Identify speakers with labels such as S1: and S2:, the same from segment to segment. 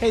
S1: Hey,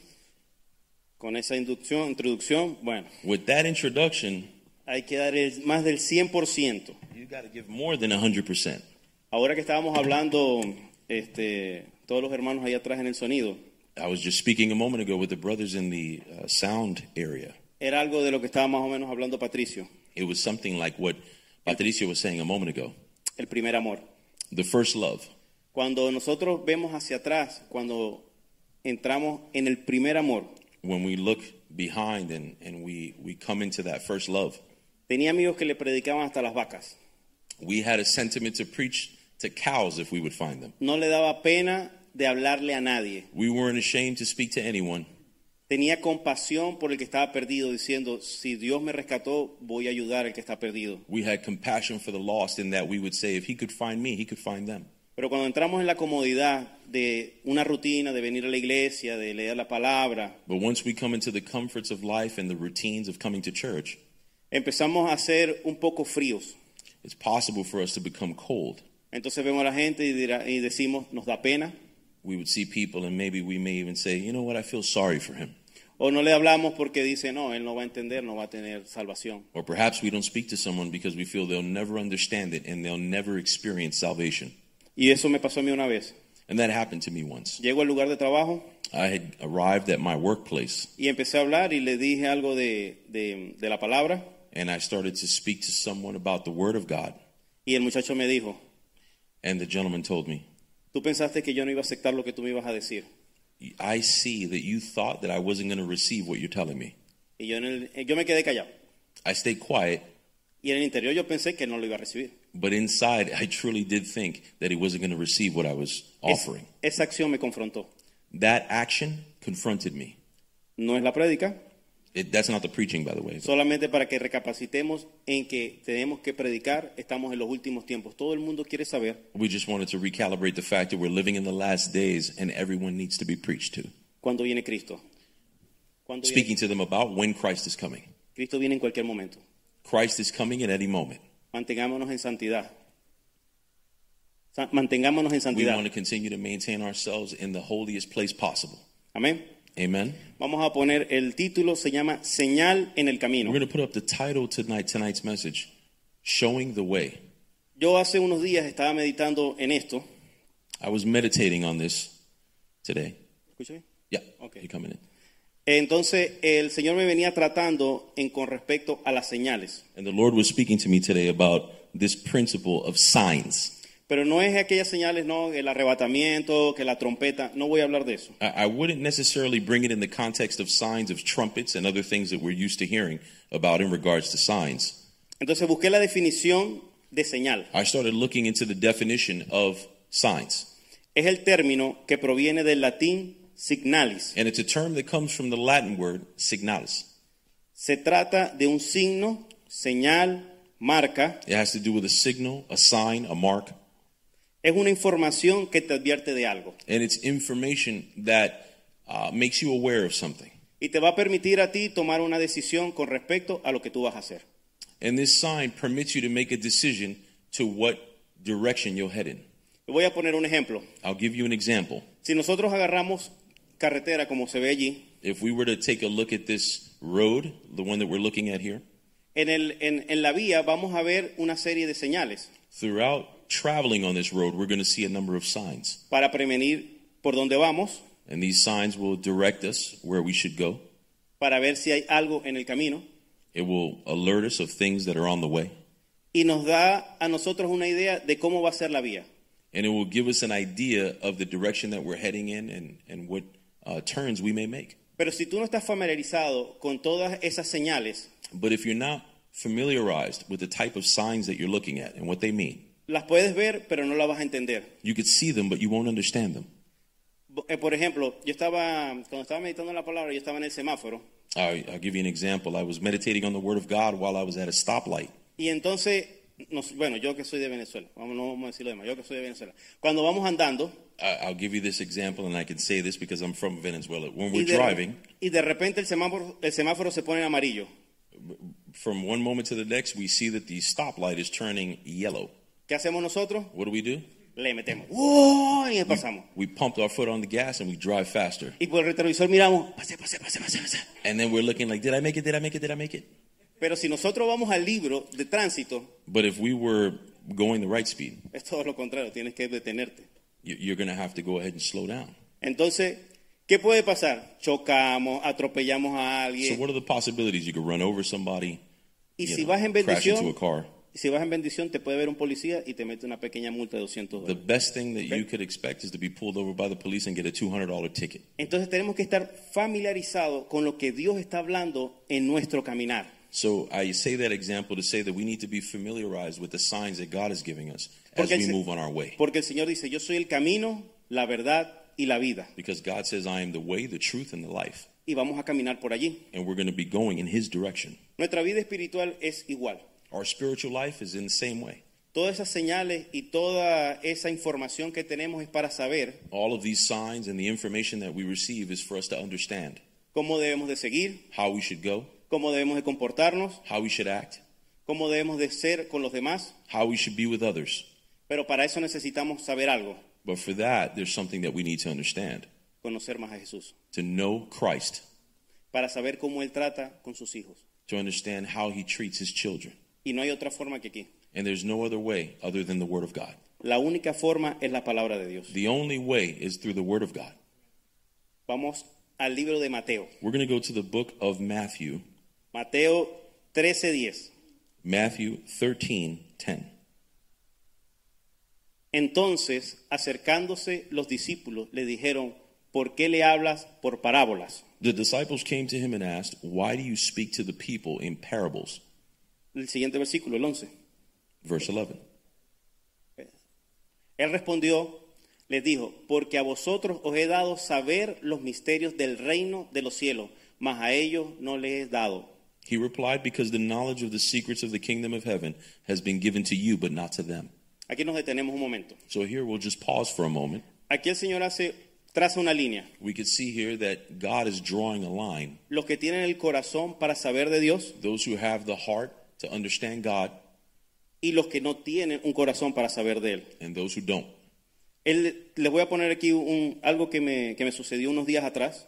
S2: Con esa inducción, introducción, bueno,
S3: With that introduction,
S2: hay que dar el- más del 100%.
S3: you got to give more than 100%.
S2: Ahora que estábamos hablando, este, todos los hermanos ahí atrás en el sonido,
S3: I was just speaking a moment ago with the brothers in the uh, sound area.
S2: era algo de lo que estaba más o menos hablando Patricio,
S3: It was something like what Patricio was saying a moment ago
S2: el primer amor.
S3: the first love.
S2: Cuando nosotros vemos hacia atrás, cuando entramos en el primer amor,
S3: When we look behind and, and we, we come into that first love,
S2: tenía amigos que le predicaban hasta las vacas.
S3: we had a sentiment to preach to cows if we would find them.
S2: No le daba pena de hablarle a nadie.
S3: We weren't ashamed to speak to anyone.
S2: Tenía compasión por el que estaba perdido, diciendo, si Dios me rescató, voy a ayudar al que está perdido.
S3: We had compassion for the lost in that we would say, if he could find me, he could find them.
S2: Pero cuando entramos en la comodidad de una rutina, de venir a la iglesia, de leer la palabra,
S3: But once we come into the comforts of life and the routines of coming to church,
S2: empezamos a ser un poco fríos.
S3: it's possible for us to become cold.
S2: Entonces vemos a la gente y, dirá- y decimos, nos da pena,
S3: We would see people and maybe we may even say, you know what, I feel sorry for him.
S2: o no le hablamos porque dice, no, él no va a entender, no va a tener salvación.
S3: Or perhaps we don't speak to someone because we feel they'll never understand it and they'll never experience salvation.
S2: Y eso me pasó a mí una vez.
S3: And that happened to me once.
S2: Llego al lugar de trabajo
S3: I had arrived at my workplace
S2: y empecé a hablar y le dije algo de, de- de la palabra
S3: and I started to speak to someone about the Word of God.
S2: y el muchacho me dijo,
S3: And the gentleman told me,
S2: tú pensaste que yo no iba a aceptar lo que tú me ibas a decir.
S3: I see that you thought that I wasn't going to receive what you're telling me.
S2: Y yo, en el- yo me quedé callado.
S3: I stayed quiet
S2: Y en el interior yo pensé que no lo iba a recibir.
S3: But inside, I truly did think that he wasn't going to receive what I was
S2: Es-
S3: offering.
S2: esa acción me confrontó.
S3: That action confronted me.
S2: No es la prédica,
S3: It, that's not the preaching, by the way.
S2: solamente para que recapacitemos en que tenemos que predicar, estamos en los últimos tiempos. Todo el mundo quiere saber
S3: We just wanted to recalibrate the fact that we're living in the last days and everyone needs to be preached to.
S2: cuándo viene Cristo. Cuándo viene-
S3: Speaking to them about when Christ is coming.
S2: Cristo viene en cualquier momento.
S3: Christ is coming at any moment.
S2: Mantengámonos en santidad. Sa- mantengámonos en
S3: We
S2: santidad.
S3: want to continue to maintain ourselves in the holiest place possible.
S2: Amén.
S3: Amen.
S2: Vamos a poner el título, se llama Señal en el Camino.
S3: We're going to put up the title tonight, tonight's message, Showing the Way.
S2: Yo hace unos días estaba meditando en esto.
S3: I was meditating on this today.
S2: ¿Escucha bien?
S3: Yeah.
S2: Okay.
S3: You're coming in.
S2: Entonces el Señor me venía tratando en con respecto a las señales.
S3: And the Lord was speaking to me today about this principle of signs.
S2: Pero no es aquellas señales, no, el arrebatamiento, que la trompeta, no voy a hablar de eso.
S3: I, I wouldn't necessarily bring it in the context of signs of trumpets and other things that we're used to hearing about in regards to signs.
S2: Entonces busqué la definición de señal.
S3: I started looking into the definition of signs.
S2: Es el término que proviene del latín signalis.
S3: And it's a term that comes from the Latin word signalis.
S2: Se trata de un signo, señal, marca.
S3: It has to do with a signal, a sign, a mark,
S2: Es una información que te advierte de algo
S3: and it's information that uh, makes you aware of something.
S2: y te va a permitir a ti tomar una decisión con respecto a lo que tú vas a hacer.
S3: And this sign permits you to make a decision to what direction you'll head in.
S2: Voy a poner un ejemplo.
S3: I'll give you an example.
S2: Si nosotros agarramos carretera como se ve allí,
S3: If we were to take a look at this road, the one that we're looking at here,
S2: en, el- en- en la vía vamos a ver una serie de señales
S3: throughout traveling on this road, we're going to see a number of signs.
S2: para prevenir por dónde vamos,
S3: And these signs will direct us where we should go.
S2: para ver si hay algo en el camino
S3: It will alert us of things that are on the way.
S2: y nos da a nosotros una idea de cómo va a ser la vía.
S3: And it will give us an idea of the direction that we're heading in and, and what uh, turns we may make.
S2: Pero si tú no estás familiarizado con todas esas señales,
S3: But if you're not familiarized with the type of signs that you're looking at and what they mean,
S2: las puedes ver, pero no las vas a entender.
S3: you could see them, but you won't understand them.
S2: Bo- eh, Por ejemplo, yo estaba, cuando estaba meditando en la palabra, yo estaba en el semáforo
S3: I, I'll give you an example. I was meditating on the Word of God while I was at a stoplight.
S2: y entonces, nos- bueno, yo que soy de Venezuela, vamos, no vamos a decir lo demás, yo que soy de Venezuela, cuando vamos andando
S3: I, I'll give you this example, and I can say this because I'm from Venezuela. When
S2: y
S3: we're
S2: de,
S3: driving,
S2: y de repente el semáforo, el semáforo se pone en amarillo.
S3: from one moment to the next, we see that the stoplight is turning yellow.
S2: ¿Qué hacemos nosotros?
S3: What do we do?
S2: Le metemos. ¡Wow! Y pasamos.
S3: We pump our foot on the gas and we drive faster.
S2: Y por el retrovisor miramos, pase, pase, pase, pase, pase.
S3: And then we're looking like, did I make it? Did I make it? Did I make it?
S2: Pero si nosotros vamos al libro de tránsito,
S3: But if we were going the right speed,
S2: es todo lo contrario, tienes que detenerte.
S3: you- you're going to have to go ahead and slow down.
S2: Entonces, ¿qué puede pasar? Chocamos, atropellamos a
S3: So
S2: alguien.
S3: what are the possibilities? You could run over somebody,
S2: y
S3: you
S2: si
S3: know,
S2: vas en
S3: crash into a
S2: bendición,
S3: car.
S2: si vas en bendición, te puede ver un policía y te mete una pequeña multa de 200
S3: The
S2: dólares.
S3: best thing that you could expect is to be pulled over by the police and get a $200 ticket.
S2: Entonces tenemos que estar familiarizados con lo que Dios está hablando en nuestro caminar.
S3: So I say that example to say that we need to be familiarized with the signs that God is giving us as
S2: Porque el,
S3: we
S2: se-
S3: move on our way.
S2: porque el Señor dice, yo soy el camino, la verdad y la vida.
S3: Because God says, I am the way, the truth, and the life.
S2: Y vamos a caminar por allí.
S3: And we're going to be going in His direction.
S2: Nuestra vida espiritual es igual.
S3: Our spiritual life is in the same way.
S2: Todas esas señales y toda esa información que tenemos es para saber
S3: All of these signs and the information that we receive is for us to understand
S2: cómo debemos de seguir,
S3: how we should go,
S2: cómo debemos de comportarnos,
S3: how we should act,
S2: cómo debemos de ser con los demás,
S3: how we should be with others.
S2: pero para eso necesitamos saber algo,
S3: But for that, there's something that we need to understand
S2: conocer más a Jesús,
S3: to know Christ,
S2: para saber cómo Él trata con sus hijos.
S3: to understand how He treats His children.
S2: Y no hay otra forma que aquí.
S3: And there's no other way other than the Word of God.
S2: La única forma es la palabra de Dios.
S3: The only way is through the Word of God.
S2: Vamos al libro de Mateo,
S3: We're going to go to the book of Matthew,
S2: Mateo 13:10.
S3: Matthew 13 10.
S2: Entonces, acercándose los discípulos, le dijeron, ¿por qué le hablas por parábolas?
S3: The disciples came to him and asked, Why do you speak to the people in parables?
S2: El siguiente versículo, el 11.
S3: Verse 11.
S2: Él respondió, les dijo, porque a vosotros os he dado saber los misterios del reino de los cielos, mas a ellos no les he dado.
S3: He replied, Because the knowledge of the secrets of the kingdom of heaven has been given to you, but not to them.
S2: Aquí nos detenemos un momento.
S3: So here we'll just pause for a moment.
S2: Aquí el Señor hace, traza una línea.
S3: We can see here that God is drawing a line.
S2: Los que tienen el corazón para saber de Dios
S3: Those who have the heart to understand God
S2: y los que no tienen un corazón para saber de Él.
S3: and those who don't.
S2: Él les voy a poner aquí un, algo que me, que me sucedió unos días atrás.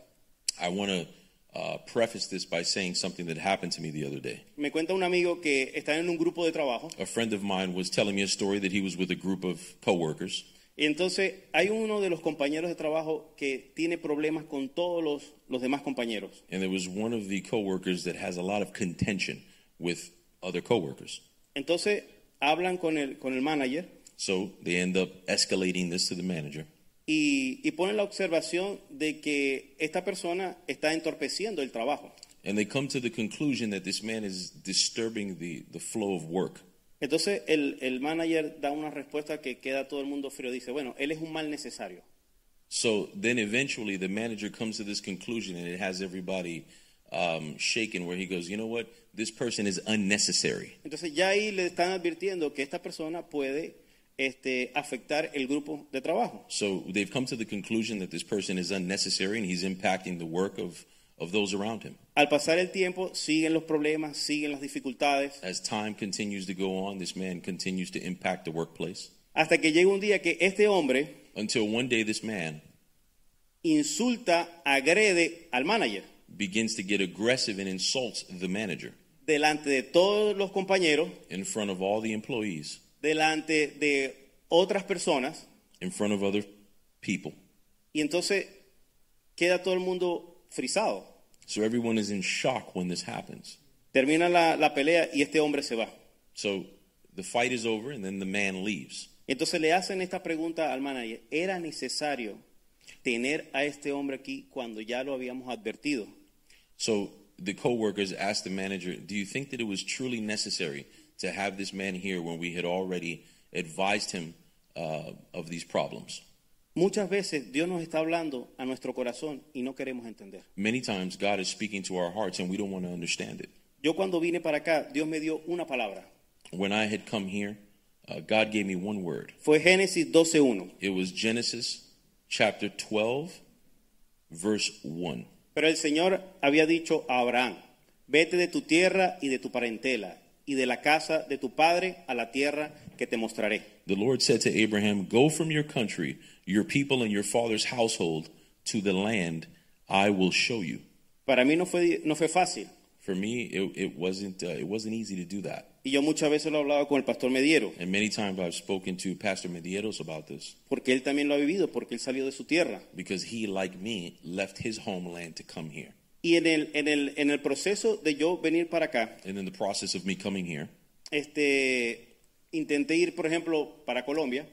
S3: I want to uh, preface this by saying something that happened to me the other day.
S2: Me cuenta un amigo que está en un grupo de trabajo
S3: A friend of mine was telling me a story that he was with a group of coworkers,
S2: y entonces hay uno de los compañeros de trabajo que tiene problemas con todos los, los demás compañeros.
S3: and there was one of the coworkers that has a lot of contention with other coworkers.
S2: Entonces hablan con el, con el manager
S3: So they end up escalating this to the manager.
S2: y, y ponen la observación de que esta persona está entorpeciendo el trabajo.
S3: And they come to the conclusion that this man is disturbing the, the flow of work.
S2: Entonces el, el manager da una respuesta que queda todo el mundo frío. Dice, bueno, él es un mal necesario.
S3: So then eventually the manager comes to this conclusion and it has everybody um, shaken where he goes, you know what? This person is unnecessary.
S2: Entonces ya ahí le están advirtiendo que esta persona puede este, afectar el grupo de trabajo.
S3: So they've come to the conclusion that this person is unnecessary and he's impacting the work of, of those around him.
S2: Al pasar el tiempo siguen los problemas, siguen las dificultades,
S3: As time continues to go on, this man continues to impact the workplace
S2: hasta que llega un día que este hombre
S3: until one day this man
S2: insulta, agrede al manager
S3: begins to get aggressive and insults the manager
S2: delante de todos los compañeros
S3: in front of all the employees,
S2: delante de otras personas
S3: in front of other people.
S2: y entonces queda todo el mundo frisado.
S3: So everyone is in shock when this happens.
S2: Termina la, la pelea y este hombre se va.
S3: So the fight is over, and then the man leaves.
S2: Entonces le hacen esta pregunta al manager, ¿era necesario tener a este hombre aquí cuando ya lo habíamos advertido?
S3: So the coworkers asked the manager, "Do you think that it was truly necessary to have this man here when we had already advised him uh, of these problems?"
S2: Muchas veces Dios nos está hablando a nuestro corazón y no queremos entender.
S3: Many times God is speaking to our hearts and we don't want to understand it.
S2: Yo cuando vine para acá, Dios me dio una palabra.
S3: When I had come here, uh, God gave me one word.
S2: Fue Génesis 12.1.
S3: It was Genesis chapter 12, verse 1.
S2: Pero el Señor había dicho a Abraham, vete de tu tierra y de tu parentela y de la casa de tu padre a la tierra que te mostraré.
S3: The Lord said to Abraham, Go from your country, your people, and your father's household to the land I will show you.
S2: Para mí no fue, no fue fácil.
S3: For me, it, it, wasn't, uh, it wasn't easy to do that.
S2: Y yo muchas veces lo he hablado con el pastor Mediero,
S3: And many times I've spoken to Pastor Medieros about this
S2: porque él también lo ha vivido, porque él salió de su tierra.
S3: because he, like me, left his homeland to come here.
S2: Y en el, en el, en el proceso de yo venir para acá,
S3: And in the process of me coming here,
S2: este, intenté ir, por ejemplo, para Colombia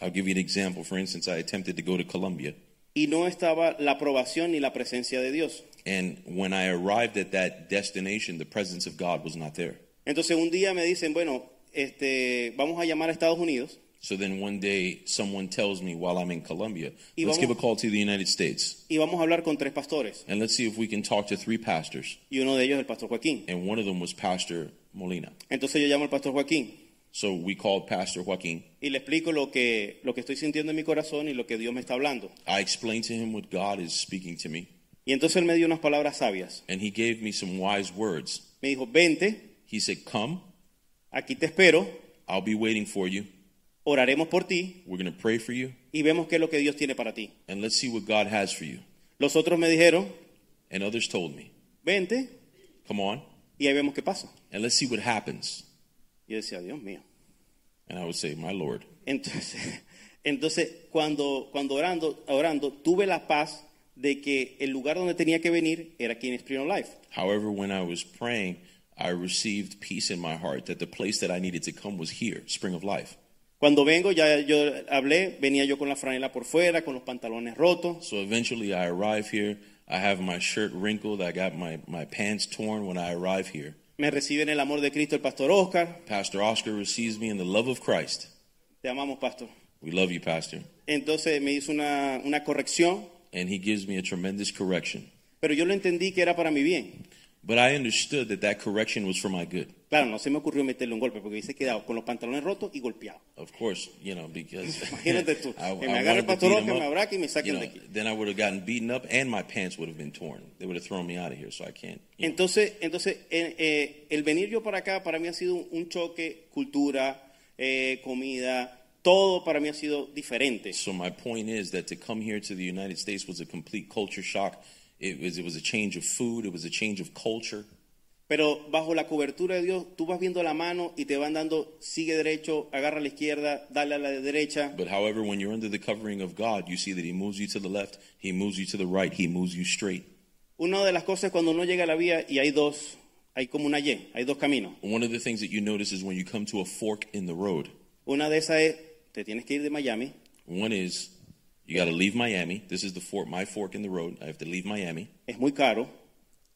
S3: I'll give you an example. For instance, I attempted to go to Colombia.
S2: y no estaba la aprobación ni la presencia de Dios.
S3: And when I arrived at that destination, the presence of God was not there.
S2: Entonces un día me dicen, bueno, este, vamos a llamar a Estados Unidos
S3: So then one day, someone tells me while I'm in Colombia,
S2: Y
S3: let's
S2: vamos-
S3: give a call to the United States.
S2: y vamos a hablar con tres pastores.
S3: And let's see if we can talk to three pastors.
S2: Y uno de ellos es el pastor Joaquín.
S3: And one of them was Pastor Molina.
S2: Entonces yo llamo al pastor Joaquín
S3: So we called Pastor Joaquin.
S2: y le explico lo que, lo que estoy sintiendo en mi corazón y lo que Dios me está hablando.
S3: I explained to him what God is speaking to me.
S2: Y entonces él me dio unas palabras sabias.
S3: And he gave me some wise words.
S2: Me dijo, vente,
S3: He said, Come,
S2: aquí te espero,
S3: I'll be waiting for you.
S2: oraremos por ti
S3: We're going to pray for you.
S2: y vemos qué es lo que Dios tiene para ti.
S3: And let's see what God has for you.
S2: Los otros me dijeron,
S3: And others told me,
S2: vente
S3: Come on,
S2: y ahí vemos qué pasa.
S3: and let's see what happens.
S2: Y yo decía, Dios mío.
S3: And I would say, My Lord.
S2: Entonces, entonces cuando, cuando orando, orando, tuve la paz de que el lugar donde tenía que venir era aquí en Spring of Life.
S3: However, when I was praying, I received peace in my heart that the place that I needed to come was here, Spring of Life.
S2: Cuando vengo, ya yo hablé, venía yo con la franela por fuera, con los pantalones rotos.
S3: So eventually I arrive here. I have my shirt wrinkled. I got my, my pants torn when I arrive here.
S2: Me reciben el amor de Cristo el pastor Oscar.
S3: Pastor Oscar receives me in the love of Christ.
S2: Te amamos, pastor.
S3: We love you, Pastor.
S2: Entonces me hizo una, una corrección,
S3: And he gives me a tremendous correction.
S2: pero yo lo entendí que era para mi bien.
S3: But I understood that that correction was for my good.
S2: Claro, no se me ocurrió meterle un golpe porque hubiese quedado con los pantalones rotos y golpeado.
S3: Of course, you know, because
S2: Imagínate tú,
S3: I, I
S2: que me agarre
S3: wanted to
S2: el pastor
S3: beat
S2: Oscar,
S3: him up.
S2: me abraque y me saquen
S3: You know,
S2: de aquí.
S3: Then I would have gotten beaten up and my pants would have been torn. They would have thrown me out of here, so I can't. you know.
S2: Entonces, entonces eh, eh, el venir yo para acá para mí ha sido un, un choque, cultura, eh, comida, todo para mí ha sido diferente.
S3: So my point is that to come here to the United States was a complete culture shock. It was it was a change of food. It was a change of culture.
S2: Pero bajo la cobertura de Dios, tú vas viendo la mano y te van dando, sigue derecho, agarra a la izquierda, dale a la derecha.
S3: But however, when you're under the covering of God, you see that He moves you to the left, He moves you to the right, He moves you straight.
S2: Una de las cosas es cuando uno llega a la vía y hay dos, hay como una Y, hay dos caminos.
S3: One of the things that you notice is when you come to a fork in the road.
S2: Una de esas es, te tienes que ir de Miami
S3: One is you got to leave Miami. This is the fork, my fork in the road. I have to leave Miami.
S2: es muy caro,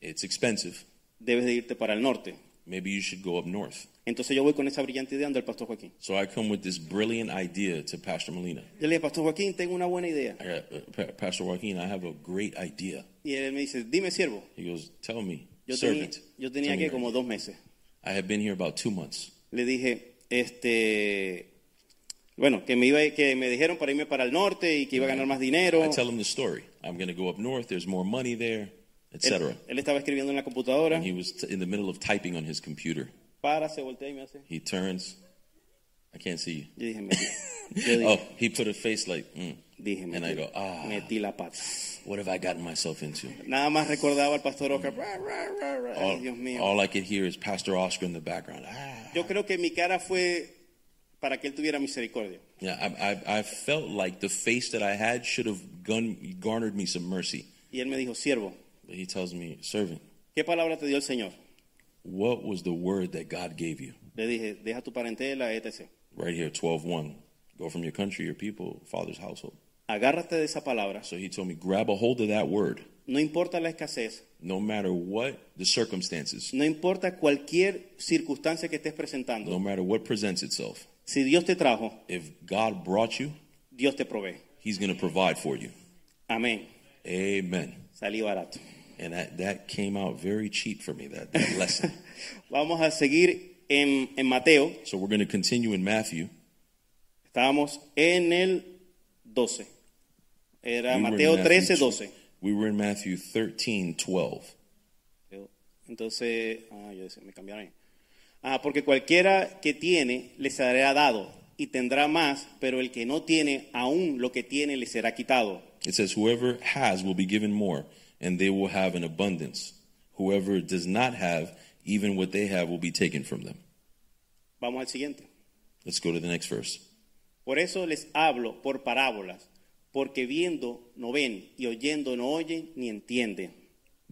S3: It's expensive.
S2: debes de irte para el norte.
S3: Maybe you should go up north.
S2: Entonces yo voy con esa brillante idea ando el pastor Joaquín.
S3: So I come with this brilliant idea to Pastor Molina.
S2: Yo le dije, pastor Joaquín, tengo una buena idea.
S3: I got, uh, Pa- Pastor Joaquin, I have a great idea.
S2: Y él me dice, dime siervo.
S3: He goes, Tell me,
S2: Yo tenía,
S3: servant.
S2: yo tenía
S3: tell
S2: que
S3: me your
S2: como
S3: name."
S2: dos meses.
S3: I had been here about two months.
S2: Le dije, este, bueno, que me iba, que me dijeron para irme para el norte y que iba a ganar más dinero.
S3: I tell him the story. I'm going to go up north. There's more money there, etc.
S2: Él, él estaba escribiendo en la computadora.
S3: And he was t- in the middle of typing on his computer.
S2: Para, se voltea y me hace.
S3: He turns. I can't see
S2: Yo dije,
S3: you.
S2: metí, yo dije,
S3: oh, he put a face like, mm,
S2: dije,
S3: and I
S2: metí-
S3: go, ah.
S2: metí la pata.
S3: what have I gotten myself into?
S2: Nada más recordaba al pastor Oscar.
S3: Mm.
S2: "Ra, ra, ra, ra". Ay,
S3: All,
S2: Dios mío.
S3: all I could hear is Pastor Oscar in the background. Ah.
S2: Yo creo que mi cara fue para que él tuviera misericordia.
S3: Yeah, I, I, I felt like the face that I had should have gun, garnered me some mercy.
S2: Y él me dijo, siervo,
S3: But he tells me, servant,
S2: ¿qué palabra te dio el Señor?
S3: what was the word that God gave you?
S2: Le dije, deja tu parentela, etc.
S3: Right here, 12.1. Go from your country, your people, father's household.
S2: Agárrate de esa palabra.
S3: So he told me, grab a hold of that word,
S2: No importa la escasez,
S3: no matter what the circumstances,
S2: no importa cualquier circunstancia que estés presentando.
S3: no matter what presents itself.
S2: Si Dios te trajo,
S3: If God brought you,
S2: Dios te provee.
S3: He's going to provide for you.
S2: Amén.
S3: Amen.
S2: Salí barato.
S3: And that, that came out very cheap for me, that, that lesson.
S2: Vamos a seguir en, en Mateo.
S3: So we're going to continue in Matthew.
S2: Estábamos en el 12. Era
S3: We were in
S2: Mateo
S3: Matthew
S2: 13, 12.
S3: tw- We were in Matthew 13, 12.
S2: Entonces, ah, yo decía, me cambiaron ahí. Ah, porque cualquiera que tiene le será dado y tendrá más, pero el que no tiene aún lo que tiene le será quitado.
S3: It says, Whoever has will be given more, and they will have an abundance. Whoever does not have, even what they have will be taken from them.
S2: Vamos al siguiente.
S3: Let's go to the next verse.
S2: Por eso les hablo por parábolas, porque viendo no ven y oyendo no oyen ni entienden.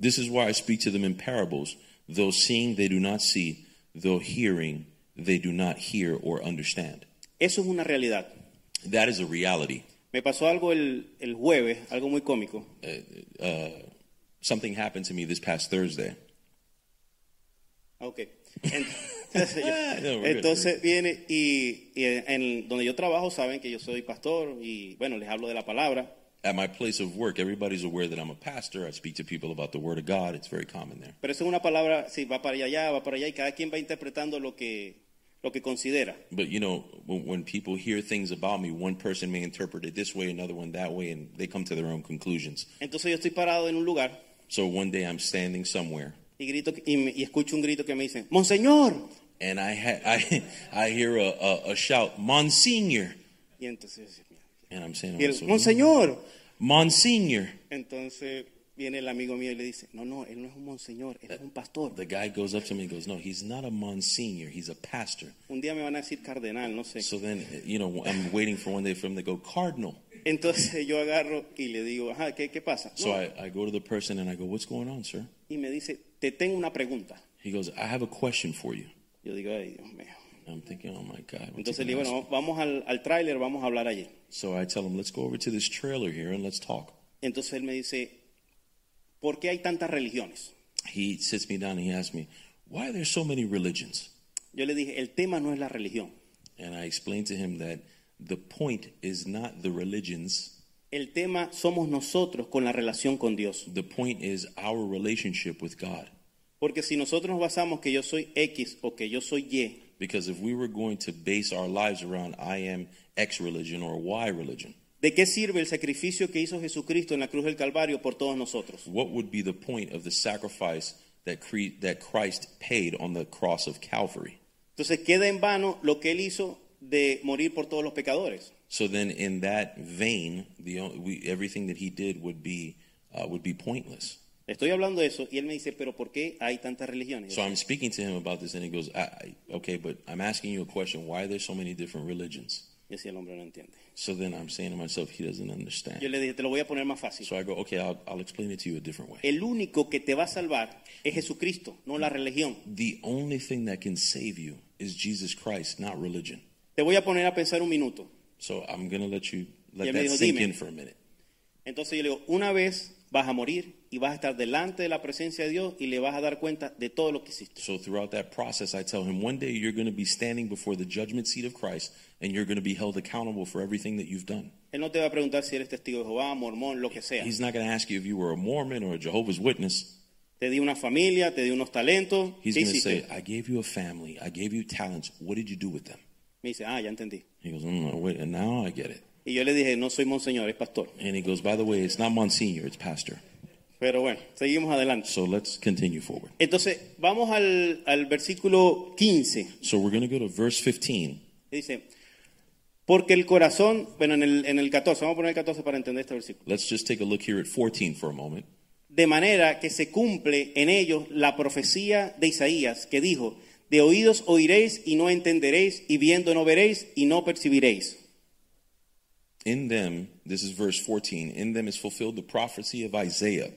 S3: This is why I speak to them in parables, though seeing they do not see, though hearing they do not hear or understand.
S2: Eso es una realidad.
S3: That is a reality.
S2: Me pasó algo el, el jueves, algo muy cómico.
S3: Something happened to me this past Thursday.
S2: Ah, Ok. Entonces,
S3: Ah, no, we're good,
S2: entonces viene y, y en donde yo trabajo saben que yo soy pastor y bueno, les hablo de la palabra.
S3: At my place of work, everybody's aware that I'm a pastor. I speak to people about the Word of God. It's very common there.
S2: Pero eso es una palabra, sí, va para allá, va para allá y cada quien va interpretando lo que, lo que considera.
S3: But you know, when, when people hear things about me, one person may interpret it this way, another one that way, and they come to their own conclusions.
S2: Entonces yo estoy parado en un lugar
S3: So one day I'm standing somewhere,
S2: y, grito, y, me- y escucho un grito que me dice, Monseñor.
S3: and I ha- I I hear a, a, a shout, Monsignor,
S2: Y entonces, mira.
S3: and I'm saying,
S2: y
S3: "Oh,
S2: él,
S3: so-
S2: Monseñor.
S3: Monsignor.
S2: Entonces viene el amigo mío y le dice, no, no, él no es un monseñor, él es un pastor.
S3: The guy goes up to me and goes, No, he's not a Monsignor. He's a pastor.
S2: Un día me van a decir cardenal, no sé.
S3: So then, you know, I'm waiting for one day for him to go Cardinal.
S2: Entonces yo agarro y le digo, ajá, ¿qué, qué pasa?
S3: So
S2: No.
S3: I, I go to the person and I go, What's going on, sir?
S2: Y me dice, te tengo una pregunta.
S3: He goes, I have a question for you.
S2: Yo digo, ay, Dios mío.
S3: I'm thinking, Oh my God. what's he
S2: Entonces le
S3: gonna
S2: digo, bueno,
S3: ask me?"
S2: vamos al, al tráiler, vamos a hablar allí.
S3: So I tell him, let's go over to this trailer here and let's talk.
S2: Entonces él me dice, ¿por qué hay tantas religiones?
S3: He sits me down and he asks me, why are there so many religions?
S2: Yo le dije, el tema no es la religión.
S3: And I explain to him that the point is not the religions.
S2: El tema somos nosotros con la relación con Dios.
S3: The point is our relationship with God.
S2: Porque si nosotros nos basamos que yo soy X o que yo soy Y,
S3: Because if we were going to base our lives around I am X religion or Y religion,
S2: ¿de qué sirve el sacrificio que hizo Jesucristo en la cruz del Calvario por todos nosotros?
S3: what would be the point of the sacrifice that, cre- that Christ paid on the cross of Calvary?
S2: Entonces queda en vano lo que él hizo de morir por todos los pecadores.
S3: So then, in that vein, the on- we, everything that he did would be uh, would be pointless.
S2: Le estoy hablando de eso y él me dice, pero ¿por qué hay tantas religiones?
S3: So I'm speaking to him about this, and he goes, I, I, "Okay, but I'm asking you a question. Why are there so many different religions?"
S2: Y así el hombre no entiende.
S3: So then I'm saying to myself, he doesn't
S2: Yo
S3: understand.
S2: le dije, te lo voy a poner más fácil.
S3: So I go, "Okay, I'll, I'll explain it to you a different way.
S2: El único que te va a salvar es Jesucristo, no la religión.
S3: The only thing that can save you is Jesus Christ, not religion."
S2: Te voy a poner a pensar un minuto.
S3: So I'm gonna let you
S2: Y él
S3: let
S2: me
S3: that
S2: dijo,
S3: sink
S2: "Dime."
S3: in for a minute.
S2: Entonces yo le digo, una vez vas a morir y vas a estar delante de la presencia de Dios y le vas a dar cuenta de todo lo que hiciste.
S3: So throughout that process, I tell him, one day you're going to be standing before the judgment seat of Christ, and you're going to be held accountable for everything that you've done.
S2: Él no te va a preguntar si eres testigo de Jehová, mormón, lo que sea.
S3: He's not going to ask you if you were a Mormon or a Jehovah's Witness.
S2: Te di una familia, te di unos talentos.
S3: He's
S2: ¿Qué
S3: going to
S2: hiciste?
S3: say, I gave you a family. I gave you talents. What did you do with them?
S2: Me dice, ah, ya entendí.
S3: He goes, mm, wait, and now I get it.
S2: Y yo le dije, no soy monseñor, es pastor.
S3: And he goes, by the way, it's not Monsignor, it's Pastor.
S2: Pero bueno, seguimos adelante.
S3: So let's continue forward.
S2: Entonces, vamos al, al versículo 15.
S3: So we're going to go to verse 15.
S2: Dice, porque el corazón, bueno, en el, en el 14, vamos a poner el 14 para entender este versículo.
S3: Let's just take a look here at 14 for a moment.
S2: De manera que se cumple en ellos la profecía de Isaías, que dijo, de oídos oiréis y no entenderéis, y viendo no veréis y no percibiréis.
S3: In them, this is verse 14, in them is fulfilled the prophecy of Isaiah.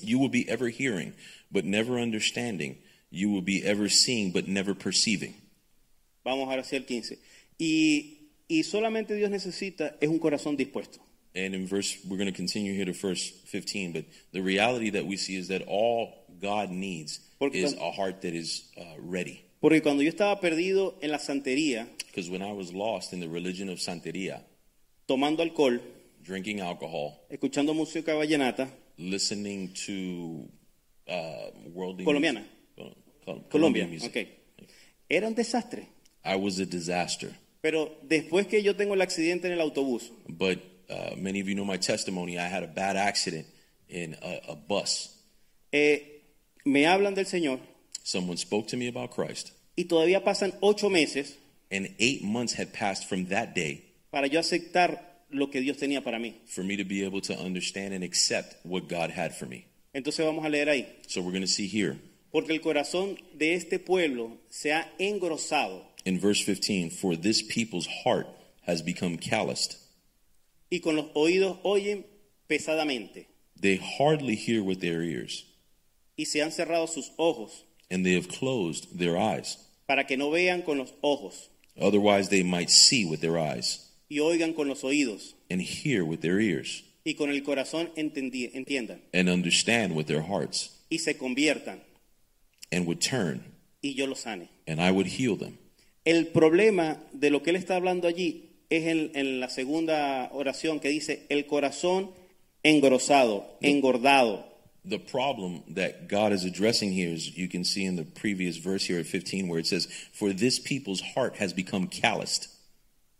S3: You will be ever hearing, but never understanding. You will be ever seeing, but never perceiving.
S2: Vamos ahora hacia el 15. Y, y solamente Dios necesita es un corazón dispuesto.
S3: And in verse, we're going to continue here to verse 15, but the reality that we see is that all God needs
S2: Porque-
S3: is a heart that is uh, ready.
S2: Porque cuando yo estaba perdido en la santería,
S3: Because when I was lost in the religion of Santeria,
S2: tomando alcohol,
S3: drinking alcohol,
S2: escuchando música vallenata,
S3: listening to uh, worldly
S2: Colombiana.
S3: music. Col- Colombian
S2: Colombia.
S3: music.
S2: ok. Era un desastre.
S3: I was a disaster.
S2: Pero después que yo tengo el accidente en el autobús,
S3: But uh, many of you know my testimony. I had a bad accident in a, a bus.
S2: eh, me hablan del Señor
S3: Someone spoke to me about Christ,
S2: y todavía pasan ocho meses
S3: and eight months had passed from that day
S2: para yo aceptar lo que Dios tenía para mí.
S3: for me to be able to understand and accept what God had for me.
S2: Entonces vamos a leer ahí.
S3: So we're going to see here
S2: Porque el corazón de este pueblo se ha engrosado
S3: in verse 15 For this people's heart has become calloused.
S2: y con los oídos oyen pesadamente
S3: They hardly hear with their ears,
S2: y se han cerrado sus ojos
S3: and they have closed their eyes.
S2: para que no vean con los ojos
S3: Otherwise, they might see with their eyes
S2: y oigan con los oídos
S3: and hear with their ears
S2: y con el corazón entendí- entiendan
S3: and understand with their hearts
S2: y se conviertan
S3: and would turn,
S2: y yo los sane.
S3: and I would heal them.
S2: El problema de lo que él está hablando allí es en, en la segunda oración que dice el corazón engrosado, engordado.
S3: The problem that God is addressing here is you can see in the previous verse here at 15 where it says, For this people's heart has become calloused.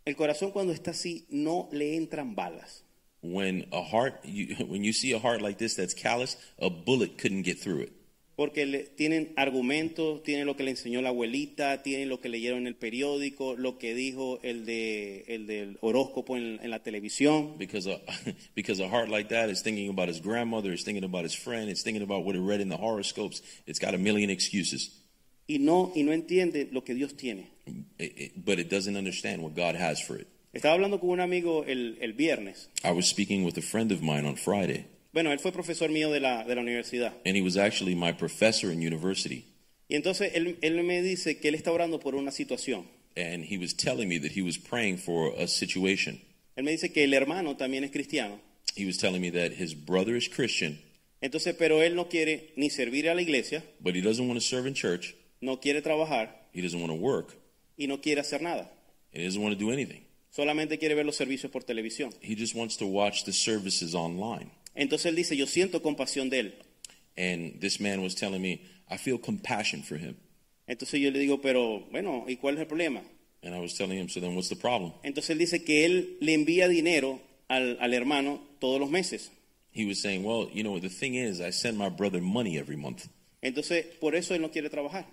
S2: El corazón cuando está así no le entran balas.
S3: When a heart, you, when you see a heart like this that's calloused, a bullet couldn't get through it
S2: Porque le- tienen argumentos, tienen lo que le enseñó la abuelita, tienen lo que leyeron en el periódico, lo que dijo el, de, el del horóscopo en, en la televisión.
S3: because a, because a heart like that is thinking about his grandmother, is thinking about his friend, it's thinking about what it read in the horoscopes. It's got a million excuses,
S2: Y no, y no entiende lo que Dios tiene.
S3: It- it- but it doesn't understand what God has for it.
S2: Estaba hablando con un amigo el, el viernes.
S3: I was speaking with a friend of mine on Friday,
S2: Bueno, él fue profesor mío de la, de la universidad.
S3: and he was actually my professor in university.
S2: Y entonces él, él me dice que él está orando por una situación.
S3: and he was telling me that he was praying for a situation.
S2: Él me dice que el hermano también es cristiano.
S3: He was telling me that his brother is Christian,
S2: Entonces, pero él no quiere ni servir a la iglesia,
S3: but he doesn't want to serve in church.
S2: no quiere trabajar
S3: He doesn't want to work.
S2: y no quiere hacer nada.
S3: And he doesn't want to do anything.
S2: Solamente quiere ver los servicios por televisión.
S3: He just wants to watch the services online.
S2: Entonces él dice, yo siento compasión de él.
S3: And this man was telling me, I feel compassion for him.
S2: Entonces yo le digo, pero bueno, ¿y cuál es el problema?
S3: And I was telling him, so then what's the problem?
S2: Entonces él dice que él le envía dinero al, al hermano todos los meses.
S3: He was saying, well, you know, the thing is, I send my brother money every month.
S2: Entonces por eso él no quiere trabajar.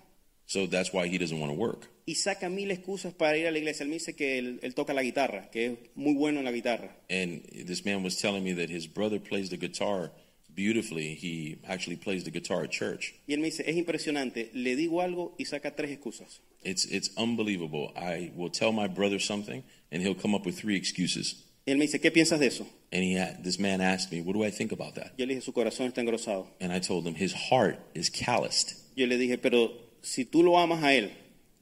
S3: So that's why he doesn't want to work.
S2: Y saca mil excusas para ir a la iglesia. Él me dice que él, él toca la guitarra, que es muy bueno en la guitarra.
S3: And this man was telling me that his brother plays the guitar beautifully. He actually plays the guitar at church.
S2: Y él me dice, es impresionante, le digo algo y saca tres excusas.
S3: It's it's unbelievable. I will tell my brother something, and he'll come up with three excuses.
S2: Y él me dice, ¿qué piensas de eso?
S3: And he a- this man asked me, "What do I think about that?"
S2: Yo le dije, su corazón está engrosado.
S3: And I told him his heart is calloused.
S2: Yo le dije, pero si tú lo amas a él,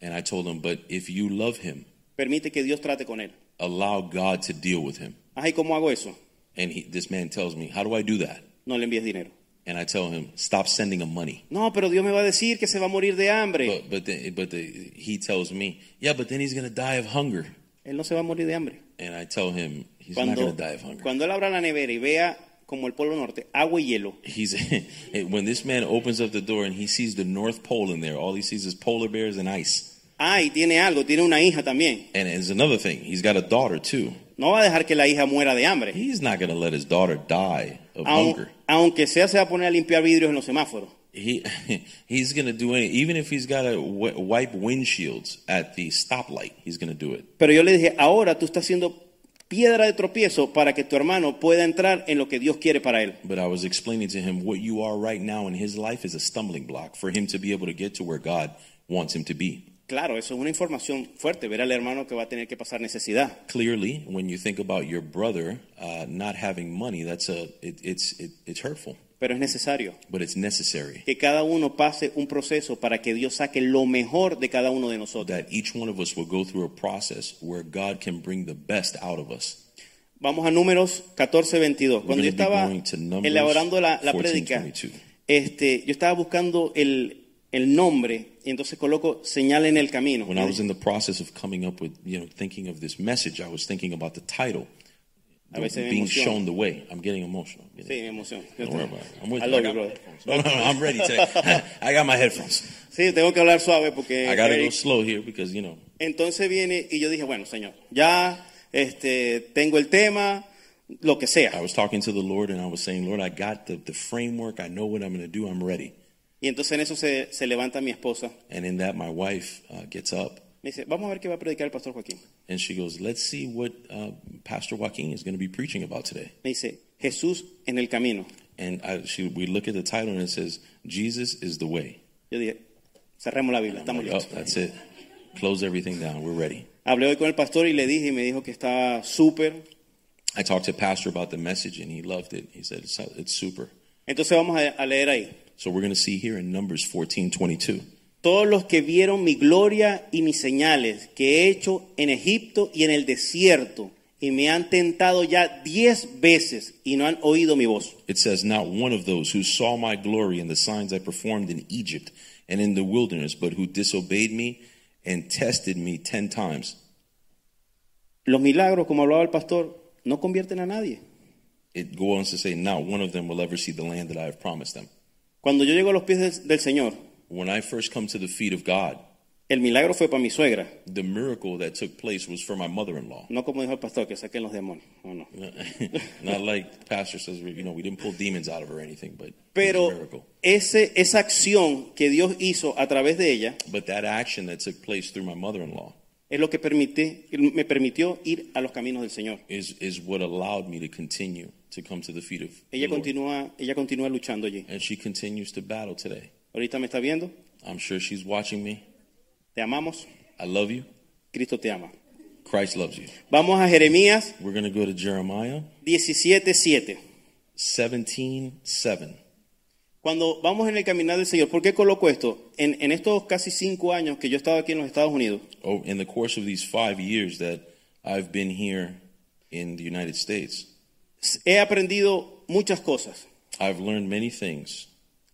S3: And I told him, "But if you love him,
S2: permite que Dios trate con él.
S3: allow God to deal with him."
S2: Ay, ¿cómo hago eso?
S3: And he, this man tells me, "How do I do that?"
S2: No le envíes dinero.
S3: And I tell him, "Stop sending him money."
S2: No, pero Dios me va a decir que se va a morir de hambre.
S3: But but the, but the, he tells me, "Yeah, but then he's gonna die of hunger."
S2: él no se va a morir de hambre.
S3: And I tell him, "He's not
S2: Cuando,
S3: gonna die of hunger."
S2: cuando él abra la nevera y vea como el Polo Norte, agua y hielo,
S3: He's when this man opens up the door and he sees the North Pole in there. All he sees is polar bears and ice.
S2: ay, "Ah, tiene algo, tiene una hija también.
S3: And it's another thing. He's got a daughter too.
S2: No va a dejar que la hija muera de hambre.
S3: He's not going to let his daughter die of
S2: Aun-
S3: hunger.
S2: aunque sea, se va a poner a limpiar vidrios en los semáforos.
S3: He he's going to do any even if he's got to w- wipe windshields at the stoplight. He's going to do it.
S2: Pero yo le dije, ahora tú estás siendo piedra de tropiezo para que tu hermano pueda entrar en lo que Dios quiere para él.
S3: But I was explaining to him what you are right now in his life is a stumbling block for him to be able to get to where God wants him to be.
S2: Claro, eso es una información fuerte, ver al hermano que va a tener que pasar necesidad.
S3: Clearly, when you think about your brother uh, not having money, that's a it, it's it, it's hurtful,
S2: Pero es necesario
S3: but it's necessary.
S2: que cada uno pase un proceso para que Dios saque lo mejor de cada uno de nosotros.
S3: That each one of us will go through a process where God can bring the best out of us.
S2: Vamos a números 14, 22. Cuando yo
S3: We're gonna be
S2: estaba
S3: going to Numbers
S2: elaborando la, la prédica,
S3: 14:22.
S2: este, yo estaba buscando el, el nombre y entonces coloco señal en el camino.
S3: When I was in the process of coming up with, you know, thinking of this message, I was thinking about the title,
S2: A veces me
S3: being shown
S2: emociono.
S3: the way. I'm getting emotional. I'm getting-
S2: Sí, me emociono.
S3: Don't worry about it. I'm with
S2: I
S3: you.
S2: love
S3: I
S2: you,
S3: got my
S2: brother.
S3: headphones. No, no, no, I'm ready today. I got my headphones.
S2: Sí, tengo que hablar suave porque...
S3: I gotta go
S2: Eric-
S3: slow here because you know.
S2: Entonces viene y yo dije, bueno, señor, ya este, tengo el tema, lo que
S3: I
S2: sea.
S3: was talking to the Lord and I was saying, Lord, I got the, the framework. I know what I'm gonna do. I'm ready.
S2: Y entonces en eso se, se levanta mi esposa.
S3: And in that, my wife uh, gets up
S2: Me dice, vamos a ver qué va a predicar el pastor Joaquín.
S3: and she goes, "Let's see what uh, Pastor Joaquin is gonna be preaching about today."
S2: Me dice, Jesús en el camino.
S3: And I, she, we look at the title and it says, "Jesus is the way."
S2: Yo dije, cerremos la Biblia,
S3: I'm
S2: estamos
S3: like, oh,
S2: listos.
S3: that's it. Close everything down. We're ready.
S2: Hablé hoy con el pastor y le dije y me dijo que estaba súper.
S3: I talked to Pastor about the message and he loved it. He said, "It's, it's super."
S2: Entonces vamos a, a leer ahí.
S3: So we're going to see here in Numbers 14 22.
S2: Todos los que vieron mi gloria y mis señales que he hecho en Egipto y en el desierto y me han tentado ya diez veces y no han oído mi voz.
S3: It says, Not one of those who saw my glory and the signs I performed in Egypt and in the wilderness, but who disobeyed me and tested me 10 times.
S2: Los milagros, como hablaba el pastor, no convierten a nadie.
S3: It goes on to say, Not one of them will ever see the land that I have promised them.
S2: Cuando yo llego a los pies del, del Señor,
S3: When I first come to the feet of God,
S2: el milagro fue para mi suegra,
S3: the miracle that took place was for my mother in law.
S2: no como dijo el pastor, que saquen los demonios. No, no.
S3: Not like Pastor says, you know, we didn't pull demons out of her or anything, but it was a
S2: Pero
S3: miracle.
S2: ese, esa acción que Dios hizo a través de ella
S3: But that action that took place through my mother in law
S2: es lo que permite, me permitió ir a los caminos del Señor.
S3: is, is what allowed me to continue to come to the feet of the
S2: Ella
S3: Lord.
S2: continúa, ella continúa luchando allí.
S3: and she continues to battle today.
S2: Ahorita me está viendo,
S3: I'm sure she's watching me.
S2: te amamos,
S3: I love you.
S2: Cristo te ama.
S3: Christ loves you.
S2: Vamos a Jeremías
S3: We're going to go to Jeremiah
S2: 17:7.
S3: 17 7.
S2: Cuando vamos en el caminar del Señor, ¿por qué coloco esto? En, en estos casi cinco años que yo he estado aquí en los Estados Unidos,
S3: Oh, in the course of these five years that I've been here in the United States,
S2: he aprendido muchas cosas.
S3: I've learned many things,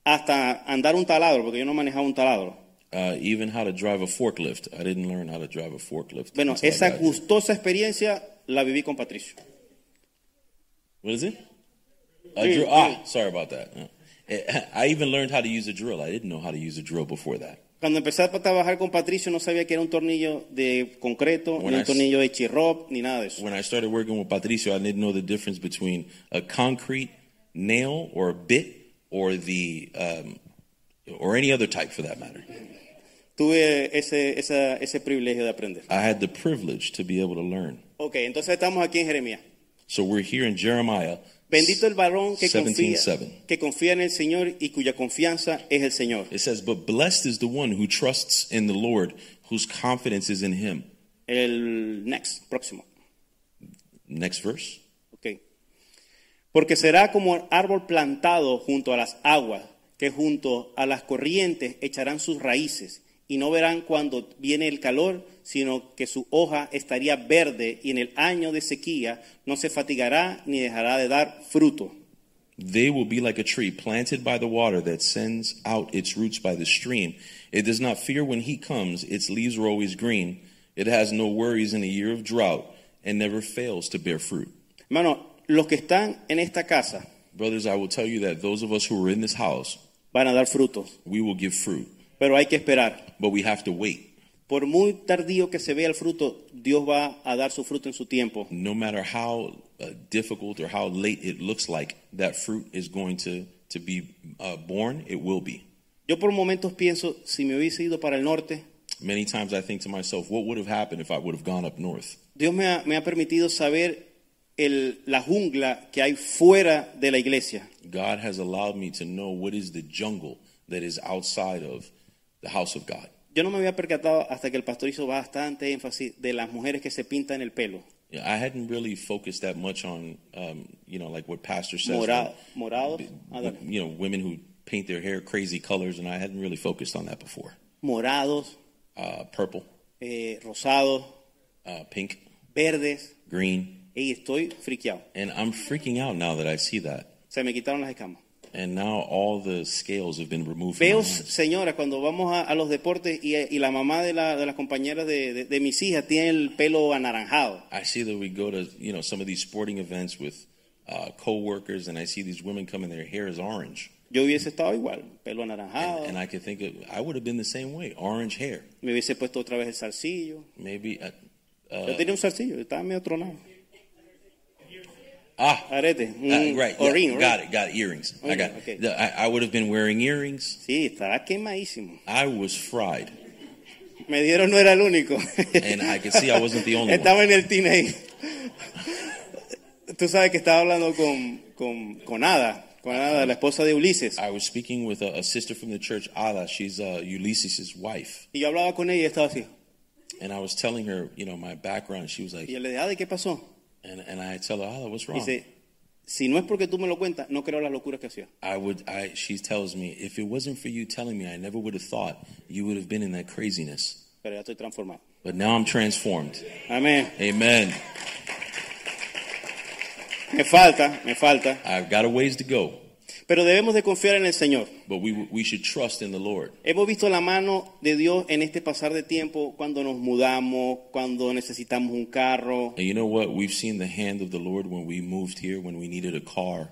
S2: Hasta andar un taladro, porque yo no manejaba un taladro.
S3: uh, even how to drive a forklift. I didn't learn how to drive a forklift.
S2: Bueno,
S3: until I
S2: esa
S3: got here.
S2: gustosa experiencia la viví con Patricio.
S3: What is it? A
S2: Drill,
S3: drill. Ah, sorry about that. Yeah. Eh, I even learned how to use a drill. I didn't know how to use a drill before that.
S2: Cuando empecé a trabajar con Patricio no sabía que era un tornillo de concreto,
S3: When
S2: ni
S3: I-
S2: un tornillo de chirrop, ni nada de eso.
S3: When I started working with Patricio, I didn't know the difference between a concrete nail or a bit or the um, or any other type for that matter.
S2: Tuve ese, esa- ese privilegio de aprender.
S3: I had the privilege to be able to learn.
S2: Ok, entonces estamos aquí en Jeremías.
S3: So we're here in Jeremiah.
S2: Bendito el varón que
S3: 17,
S2: confía,
S3: 7.
S2: que confía en el Señor y cuya confianza es el Señor.
S3: It says, "But blessed is the one who trusts in the Lord, whose confidence is in Him."
S2: El next, próximo.
S3: Next verse.
S2: Ok. Porque será como árbol plantado junto a las aguas, que junto a las corrientes echarán sus raíces, y no verán cuando viene el calor, sino que su hoja estaría verde, y en el año de sequía no se fatigará ni dejará de dar fruto.
S3: They will be like a tree planted by the water that sends out its roots by the stream. It does not fear when he comes, its leaves are always green. It has no worries in a year of drought and never fails to bear fruit.
S2: Hermano, los que están en esta casa
S3: Brothers, I will tell you that those of us who are in this house,
S2: van a dar frutos,
S3: we will give fruit,
S2: pero hay que esperar.
S3: but we have to wait.
S2: Por muy tardío que se vea el fruto, Dios va a dar su fruto en su tiempo.
S3: No matter how uh, difficult or how late it looks like, that fruit is going to, to be uh, born. It will be.
S2: Yo por momentos pienso, si me hubiese ido para el norte,
S3: Many times I think to myself, what would have happened if I would have gone up north?
S2: Dios me ha, me ha permitido saber el- la jungla que hay fuera de la iglesia.
S3: God has allowed me to know what is the jungle that is outside of the house of God.
S2: Yo no me había percatado hasta que el pastor hizo bastante énfasis de las mujeres que se pintan el pelo.
S3: You know, I hadn't really focused that much on, um, you know, like what Pastor says.
S2: Morado.
S3: um,
S2: Morado.
S3: b-
S2: Ah, dale.
S3: You know, women who paint their hair crazy colors, and I hadn't really focused on that before.
S2: Morados,
S3: Uh, purple,
S2: eh, rosados,
S3: uh, pink,
S2: verdes.
S3: green,
S2: Y estoy friqueado.
S3: and I'm freaking out now that I see that.
S2: Se me quitaron las escamas.
S3: And now all the scales have been removed. From my
S2: Veo,
S3: hands.
S2: señora, cuando vamos a, a los deportes y, y la mamá de, la- de las compañeras de, de- de mis hijas tiene el pelo anaranjado.
S3: I see that we go to you know some of these sporting events with uh, coworkers, and I see these women coming. Their hair is orange,
S2: Yo hubiese estado igual, pelo
S3: and,
S2: anaranjado.
S3: and I could think of I would have been the same way. Orange hair,
S2: me hubiese puesto otra vez el zarcillo.
S3: maybe. Uh,
S2: yo tenía un zarcillo, estaba medio tronado.
S3: ah,
S2: Arete. un
S3: uh, right, yeah,
S2: orín,
S3: got
S2: Oh, right.
S3: it, got it. Earrings, I got it.
S2: Okay.
S3: The- I, I would have been wearing earrings.
S2: Sí, estaba quemadísimo.
S3: I was fried,
S2: Me dieron no era el único.
S3: and I could see I wasn't the only one.
S2: Estaba en el teenage. Tú sabes que estaba hablando con, con, con Ada, con Ada, la esposa de Ulises.
S3: I was speaking with a, a sister from the church, Ala. She's uh, Ulysses' wife,
S2: Y yo hablaba con ella y estaba así.
S3: and I was telling her, you know, my background. She was like,
S2: Y yo le dije, Ada, ¿qué pasó?
S3: and, and I tell her, Ala, what's wrong?
S2: Dice, si no es porque tú me lo cuentas, no creo las locuras que hacía.
S3: I would. I. She tells me, if it wasn't for you telling me, I never would have thought you would have been in that craziness.
S2: Pero ya estoy transformado.
S3: But now I'm transformed.
S2: Amén.
S3: Amen.
S2: Me falta, me falta.
S3: I've got a ways to go,
S2: Pero debemos de confiar en el Señor.
S3: but we we should trust in the Lord.
S2: Hemos visto la mano de Dios en este pasar de tiempo cuando nos mudamos, cuando necesitamos un carro.
S3: And you know what? We've seen the hand of the Lord when we moved here, when we needed a car.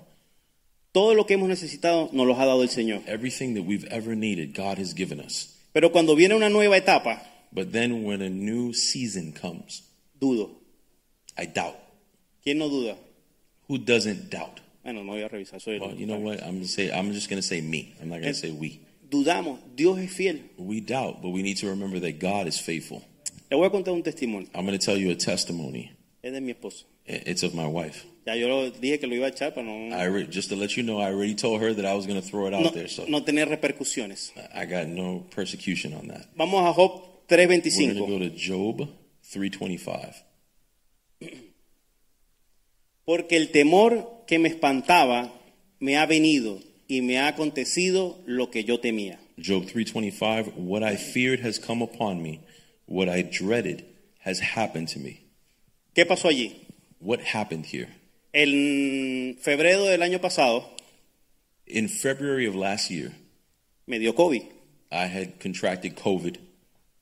S2: Todo lo que hemos necesitado nos lo ha dado el Señor.
S3: Everything that we've ever needed, God has given us.
S2: Pero cuando viene una nueva etapa,
S3: But then when a new season comes,
S2: dudo.
S3: I doubt.
S2: ¿Quién no duda?
S3: Who doesn't doubt?
S2: Bueno, no voy a revisar. Soy el-
S3: Well, you know what? I'm gonna say I'm just gonna say me. I'm not gonna say we.
S2: Dudamos. Dios es fiel.
S3: We doubt, but we need to remember that God is faithful.
S2: Le voy a contar un testimonio.
S3: I'm going to tell you a testimony.
S2: Es de mi esposo.
S3: I- It's of my wife.
S2: Ya yo lo dije que lo iba a echar para no,
S3: I re- just to let you know, I already told her that I was going to throw it out
S2: no-
S3: there, so
S2: no tener repercusiones.
S3: I I got no persecution on that.
S2: Vamos a Job
S3: We're going to
S2: 3.25.
S3: go to Job 3:25.
S2: Porque el temor que me espantaba me ha venido y me ha acontecido lo que yo temía.
S3: Job 3:25. What I feared has come upon me. What I dreaded has happened to me.
S2: ¿Qué pasó allí?
S3: What happened here?
S2: En febrero del año pasado
S3: In February of last year,
S2: me dio COVID.
S3: I had contracted COVID.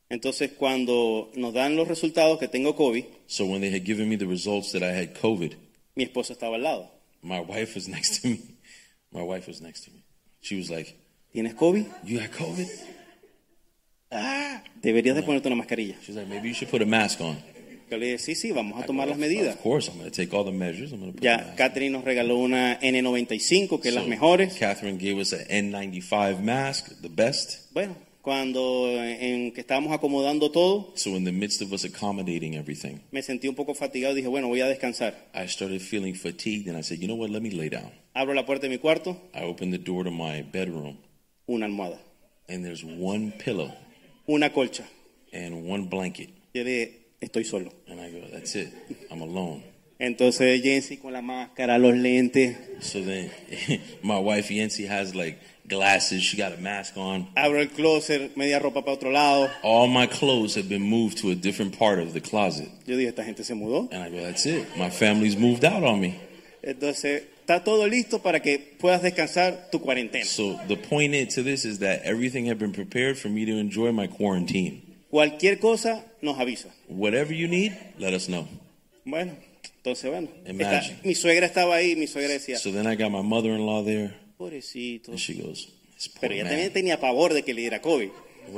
S2: Entonces cuando nos dan los resultados que tengo COVID,
S3: So when they had given me the results that I had COVID,
S2: mi esposa estaba al lado.
S3: my wife was next to me. My wife was next to me. She was like,
S2: ¿Tienes COVID?
S3: You had COVID?
S2: Deberías de ponerte una mascarilla.
S3: She's like, maybe you should put a mask on.
S2: Yo le dije, sí, sí, vamos a tomar las
S3: Well,
S2: medidas.
S3: Of course, I'm going to take all the measures. I'm going to put the
S2: Ya
S3: mask
S2: Catherine nos regaló una N95, que es
S3: on.
S2: las
S3: So,
S2: mejores.
S3: Catherine gave us an N95 mask, the best.
S2: Bueno, cuando eh, en que estábamos acomodando todo,
S3: So in the midst of us accommodating everything,
S2: me sentí un poco fatigado. Dije, bueno, voy a descansar.
S3: I started feeling fatigued, and I said, you know what? Let me lay down.
S2: Abro la puerta de mi cuarto,
S3: I opened the door to my bedroom,
S2: una almohada,
S3: and there's one pillow
S2: una colcha.
S3: and one blanket,
S2: Yo le dije, estoy solo.
S3: and I go, that's it. I'm alone.
S2: Entonces Jensi con la máscara, los lentes,
S3: So then, my wife Yancy has like glasses. She got a mask on.
S2: abro el closet, media ropa para otro lado.
S3: All my clothes have been moved to a different part of the closet.
S2: Yo dije, esta gente se mudó.
S3: And I go, that's it. My family's moved out on me.
S2: Entonces, está todo listo para que puedas descansar tu cuarentena.
S3: So the point in- to this is that everything had been prepared for me to enjoy my quarantine.
S2: Cualquier cosa nos avisa.
S3: Whatever you need, let us know.
S2: Bueno, entonces, bueno.
S3: Imagine.
S2: Está- mi suegra estaba ahí, mi suegra decía,
S3: So then I got my mother-in-law there,
S2: pobrecito.
S3: and she goes, "This poor
S2: Pero ella también
S3: man."
S2: tenía pavor de que le diera COVID.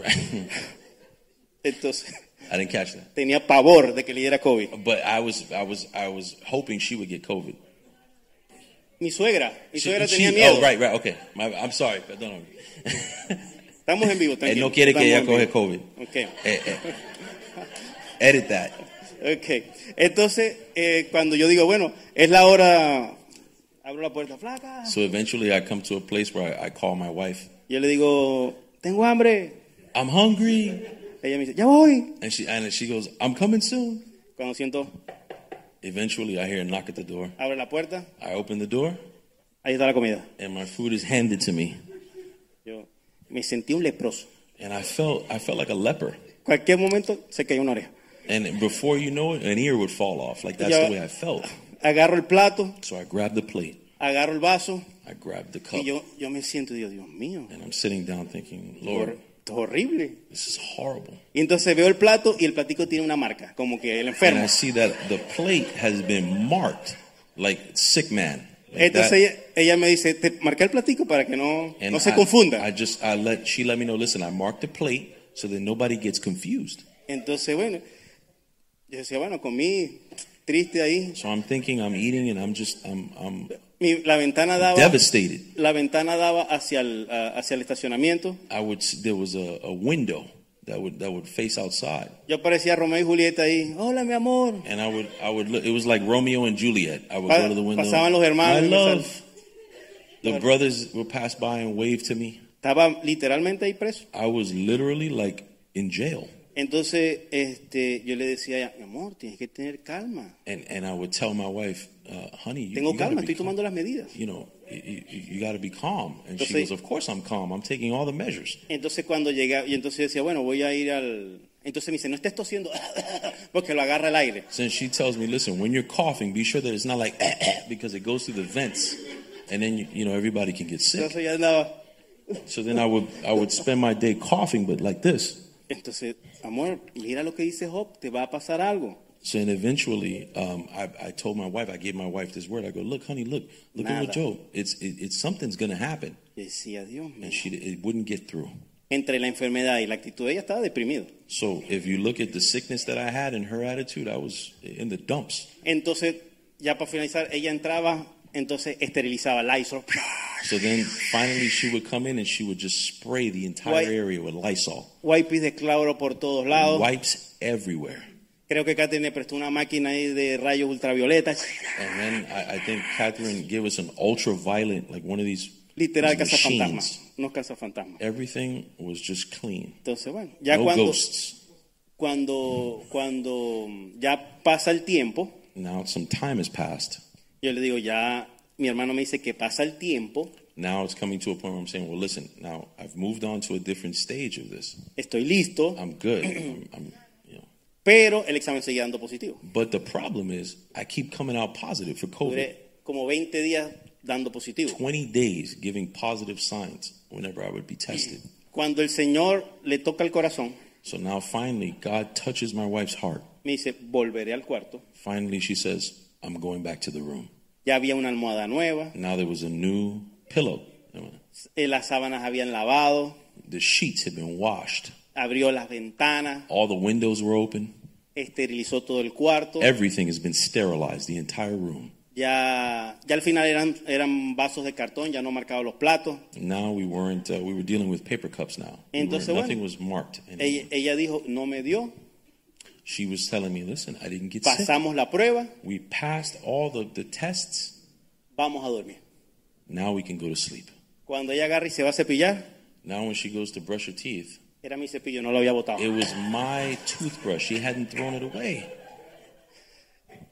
S2: Entonces,
S3: I didn't catch that,
S2: tenía pavor de que le diera COVID.
S3: but I was, I was, I was hoping she would get COVID.
S2: Mi suegra, mi
S3: She,
S2: suegra
S3: she-
S2: tenía miedo.
S3: oh, right, right, okay. My, I'm sorry, perdóname.
S2: Estamos en vivo,
S3: Él
S2: tranquilo.
S3: no quiere que ella
S2: estamos
S3: coge
S2: en
S3: COVID.
S2: vivo. Ok.
S3: Eh, eh. Edit that.
S2: Ok, entonces eh, cuando yo digo, bueno, es la hora, abro la puerta, flaca.
S3: So eventually, I come to a place where I, I call my wife.
S2: Yo le digo, tengo hambre.
S3: I'm hungry,
S2: Ella me dice, ya voy.
S3: and she and she goes, "I'm coming soon."
S2: Cuando siento,
S3: Eventually, I hear a knock at the door.
S2: abro la puerta,
S3: I open the door,
S2: ahí está la comida.
S3: and my food is handed to me,
S2: Yo me sentí un leproso.
S3: and I felt I felt like a leper.
S2: Cualquier momento se cayó una oreja.
S3: And before you know it, an ear would fall off. Like that's
S2: Yeah.
S3: the way I felt.
S2: Agarro el plato,
S3: So I grabbed the plate.
S2: agarro el vaso
S3: I grab the cup
S2: y yo, yo me siento y digo, Dios mío,
S3: and I'm sitting down thinking,
S2: hor-
S3: Lord,
S2: esto es horrible.
S3: this is horrible.
S2: Y entonces veo el plato y el platico tiene una marca, como que el
S3: And
S2: enfermo.
S3: I see that the plate has been marked like sick man. like
S2: Entonces
S3: that.
S2: ella, ella me dice, te marqué el platico para que no,
S3: And
S2: no se
S3: I-
S2: confunda.
S3: I just I let she let me know. Listen, I marked the plate so that nobody gets confused.
S2: Entonces, bueno, yo decía, bueno, comí triste ahí.
S3: So I'm thinking I'm eating and I'm just I'm I'm
S2: Mi- la ventana daba
S3: devastated.
S2: la ventana daba hacia el ah, hacia el estacionamiento.
S3: I would s- there was a, a window that would that would face outside,
S2: Yo parecía Romeo y Julieta ahí. Hola, mi amor.
S3: and I would I would look. It was like Romeo and Juliet. I would
S2: Pa-
S3: go to the window.
S2: pasaban los hermanos
S3: My
S2: y empezaban-
S3: love. The brothers would pass by and wave to me.
S2: Estaba literalmente ahí preso.
S3: I was literally like in jail,
S2: Entonces, este, yo le decía, a ella, mi amor, tienes que tener calma.
S3: and and I would tell my wife, uh, "Honey, you,
S2: Tengo
S3: you gotta
S2: calma,
S3: be
S2: estoy
S3: calm.
S2: tomando las medidas.
S3: you know, you, you got to be calm. And she
S2: Entonces-
S3: goes, of course I'm calm. I'm taking all the measures.
S2: Entonces, cuando llega, y entonces yo decía, bueno, voy a ir al. Entonces me dice, no estés tosiendo, porque lo agarra el aire.
S3: Since she tells me, listen, when you're coughing, be sure that it's not like "Eh, eh," because it goes through the vents, and then you, you know everybody can get sick.
S2: Entonces ya andaba.
S3: So then I would I would spend my day coughing, but like this.
S2: Entonces, amor, mira lo que dice Job, te va a pasar algo.
S3: So then eventually, um, I, I told my wife, I gave my wife this word. I go, look, honey, look, look at
S2: Nada.
S3: what Job. It's it, it's something's gonna happen,
S2: Yo decía, Dios mío.
S3: and she it wouldn't get through.
S2: Entre la enfermedad y la actitud, ella estaba deprimida.
S3: So if you look at the sickness that I had and her attitude, I was in the dumps.
S2: Entonces, ya para finalizar, ella entraba, entonces esterilizaba Lysol.
S3: So then finally she would come in and she would just spray the entire
S2: Wipe-
S3: area with Lysol.
S2: Wipes de clauro por todos lados.
S3: Wipes everywhere.
S2: Creo que Katherine le prestó una máquina ahí de rayos ultravioleta.
S3: And then I, I think Catherine gave us an ultraviolet, like one of these,
S2: Literal,
S3: these
S2: cazafantasmas.
S3: machines.
S2: Unos cazafantasmas.
S3: Everything was just clean.
S2: Entonces, bueno, ya
S3: no
S2: cuando,
S3: ghosts.
S2: cuando, cuando ya pasa el tiempo,
S3: Now some time has passed.
S2: yo le digo, ya, mi hermano me dice que pasa el tiempo,
S3: Now it's coming to a point where I'm saying, well, listen, now I've moved on to a different stage of this.
S2: estoy listo,
S3: I'm good. I'm, I'm, you know.
S2: pero el examen seguía dando positivo.
S3: But the problem is, I keep coming out positive for COVID.
S2: Duré como 20 días dando positivo.
S3: 20 days giving positive signs whenever I would be tested.
S2: Cuando el Señor le toca el corazón,
S3: So now finally, God touches my wife's heart.
S2: me dice, volveré al cuarto.
S3: Finally, she says, I'm going back to the room.
S2: Ya había una almohada nueva,
S3: Now there was a new pillow.
S2: eh, las sábanas habían lavado,
S3: The sheets had been washed.
S2: abrió las ventanas,
S3: All the windows were open.
S2: esterilizó todo el cuarto.
S3: Everything has been sterilized, the entire room.
S2: Ya, ya al final eran, eran vasos de cartón, ya no marcaban los platos.
S3: Now we weren't, uh, we were dealing with paper cups now. We were-
S2: Entonces, bueno,
S3: nothing was marked. anymore.
S2: Ella, ella dijo, no me dio.
S3: she was telling me, listen, I didn't get sick.
S2: Pasamos la prueba,
S3: We passed all the, the tests.
S2: vamos a dormir.
S3: Now we can go to sleep.
S2: Cuando ella agarra y se va a cepillar,
S3: Now when she goes to brush her teeth,
S2: era mi cepillo, no lo había botado.
S3: It was my toothbrush. She hadn't thrown it away.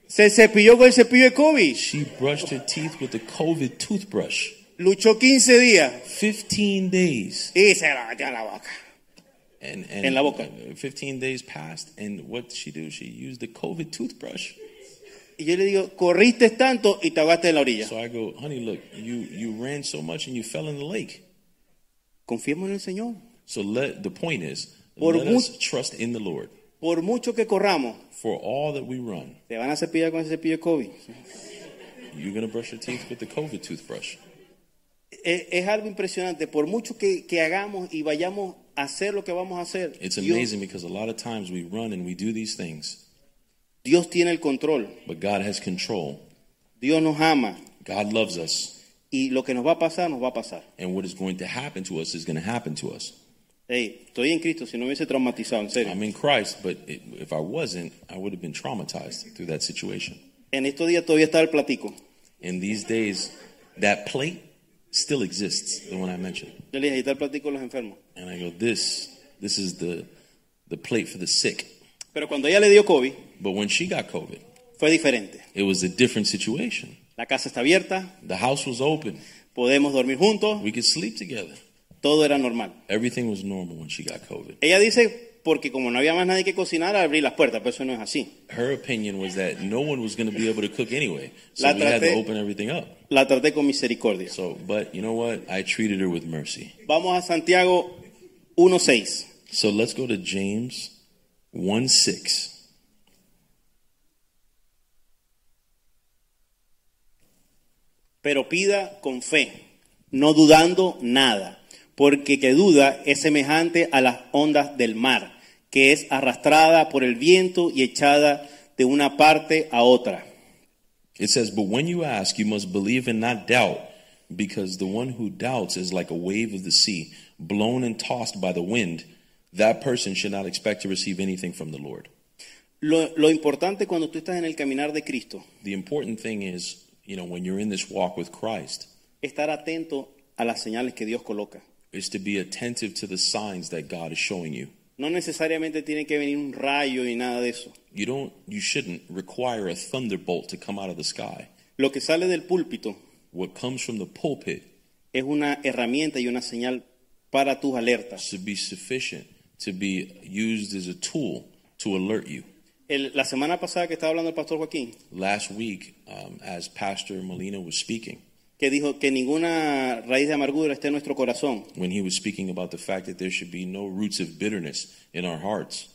S2: Se cepilló con el cepillo de COVID.
S3: She brushed her teeth with the COVID toothbrush.
S2: Luchó 15 días
S3: 15 days.
S2: y se la metió en la boca.
S3: And, and
S2: En la boca.
S3: 15 days passed, and what did she do? She used the COVID toothbrush.
S2: Y yo le digo, corriste tanto y te ahogaste en la orilla.
S3: So I go, honey, look, you, you ran so much and you fell in the lake.
S2: Confiemos en el Señor.
S3: So let, the point is,
S2: Por
S3: let
S2: mu-
S3: us trust in the Lord
S2: Por mucho que corramos,
S3: for all that we run.
S2: te van a cepillar con ese cepillo de COVID.
S3: You're going to brush your teeth with the COVID toothbrush.
S2: Es, E-, es algo impresionante. Por mucho que, que hagamos y vayamos a hacer lo que vamos a hacer,
S3: It's
S2: Dios,
S3: amazing because a lot of times we run and we do these things,
S2: Dios tiene el control.
S3: but God has control.
S2: Dios nos ama.
S3: God loves us.
S2: Y lo que nos va a pasar, nos va a pasar.
S3: and what is going to happen to us is going to happen to us.
S2: Ey, estoy en Cristo, si no me hubiese traumatizado, en serio.
S3: I'm in Christ, but it, if I wasn't, I would have been traumatized through that situation.
S2: En estos días todavía estaba el platico.
S3: In these days, that plate still exists, the one I mentioned.
S2: Yo le dije, ahí está el platico de los enfermos.
S3: And I go, this, this is the, the plate for the sick.
S2: Pero cuando ella le dio COVID,
S3: But when she got COVID,
S2: fue diferente.
S3: it was a different situation.
S2: La casa está abierta,
S3: The house was open.
S2: podemos dormir juntos,
S3: We could sleep together.
S2: todo era normal.
S3: Everything was normal when she got COVID.
S2: Ella dice, porque como no había más nadie que cocinar, abrí las puertas, pero eso no es así.
S3: Her opinion was that no one was going to be able to cook anyway, so
S2: La
S3: we had to
S2: traté-
S3: open everything up.
S2: La traté con misericordia.
S3: So, but you know what? I treated her with mercy.
S2: Vamos a Santiago 1.6.
S3: So let's go to James 1 6.
S2: Pero pida con fe, no dudando nada, porque que duda es semejante a las ondas del mar, que es arrastrada por el viento y echada de una parte a otra.
S3: It says, But when you ask, you must believe and not doubt, because the one who doubts is like a wave of the sea, blown and tossed by the wind. That person should not expect to receive anything from the Lord.
S2: Lo, lo importante cuando tú estás en el caminar de Cristo,
S3: The important thing is, you know, when you're in this walk with Christ,
S2: estar atento a las señales que Dios coloca.
S3: is to be attentive to the signs that God is showing you.
S2: No necesariamente tiene que venir un rayo y nada de eso.
S3: You don't you shouldn't require a thunderbolt to come out of the sky.
S2: Lo que sale del púlpito
S3: What comes from the pulpit
S2: es una herramienta y una señal para tus alertas.
S3: should be sufficient to be used as a tool to alert you.
S2: El- la semana pasada que estaba hablando el pastor Joaquín,
S3: Last week, um, as Pastor Molina was speaking,
S2: que dijo que ninguna raíz de amargura esté en nuestro corazón.
S3: when he was speaking about the fact that there should be no roots of bitterness in our hearts,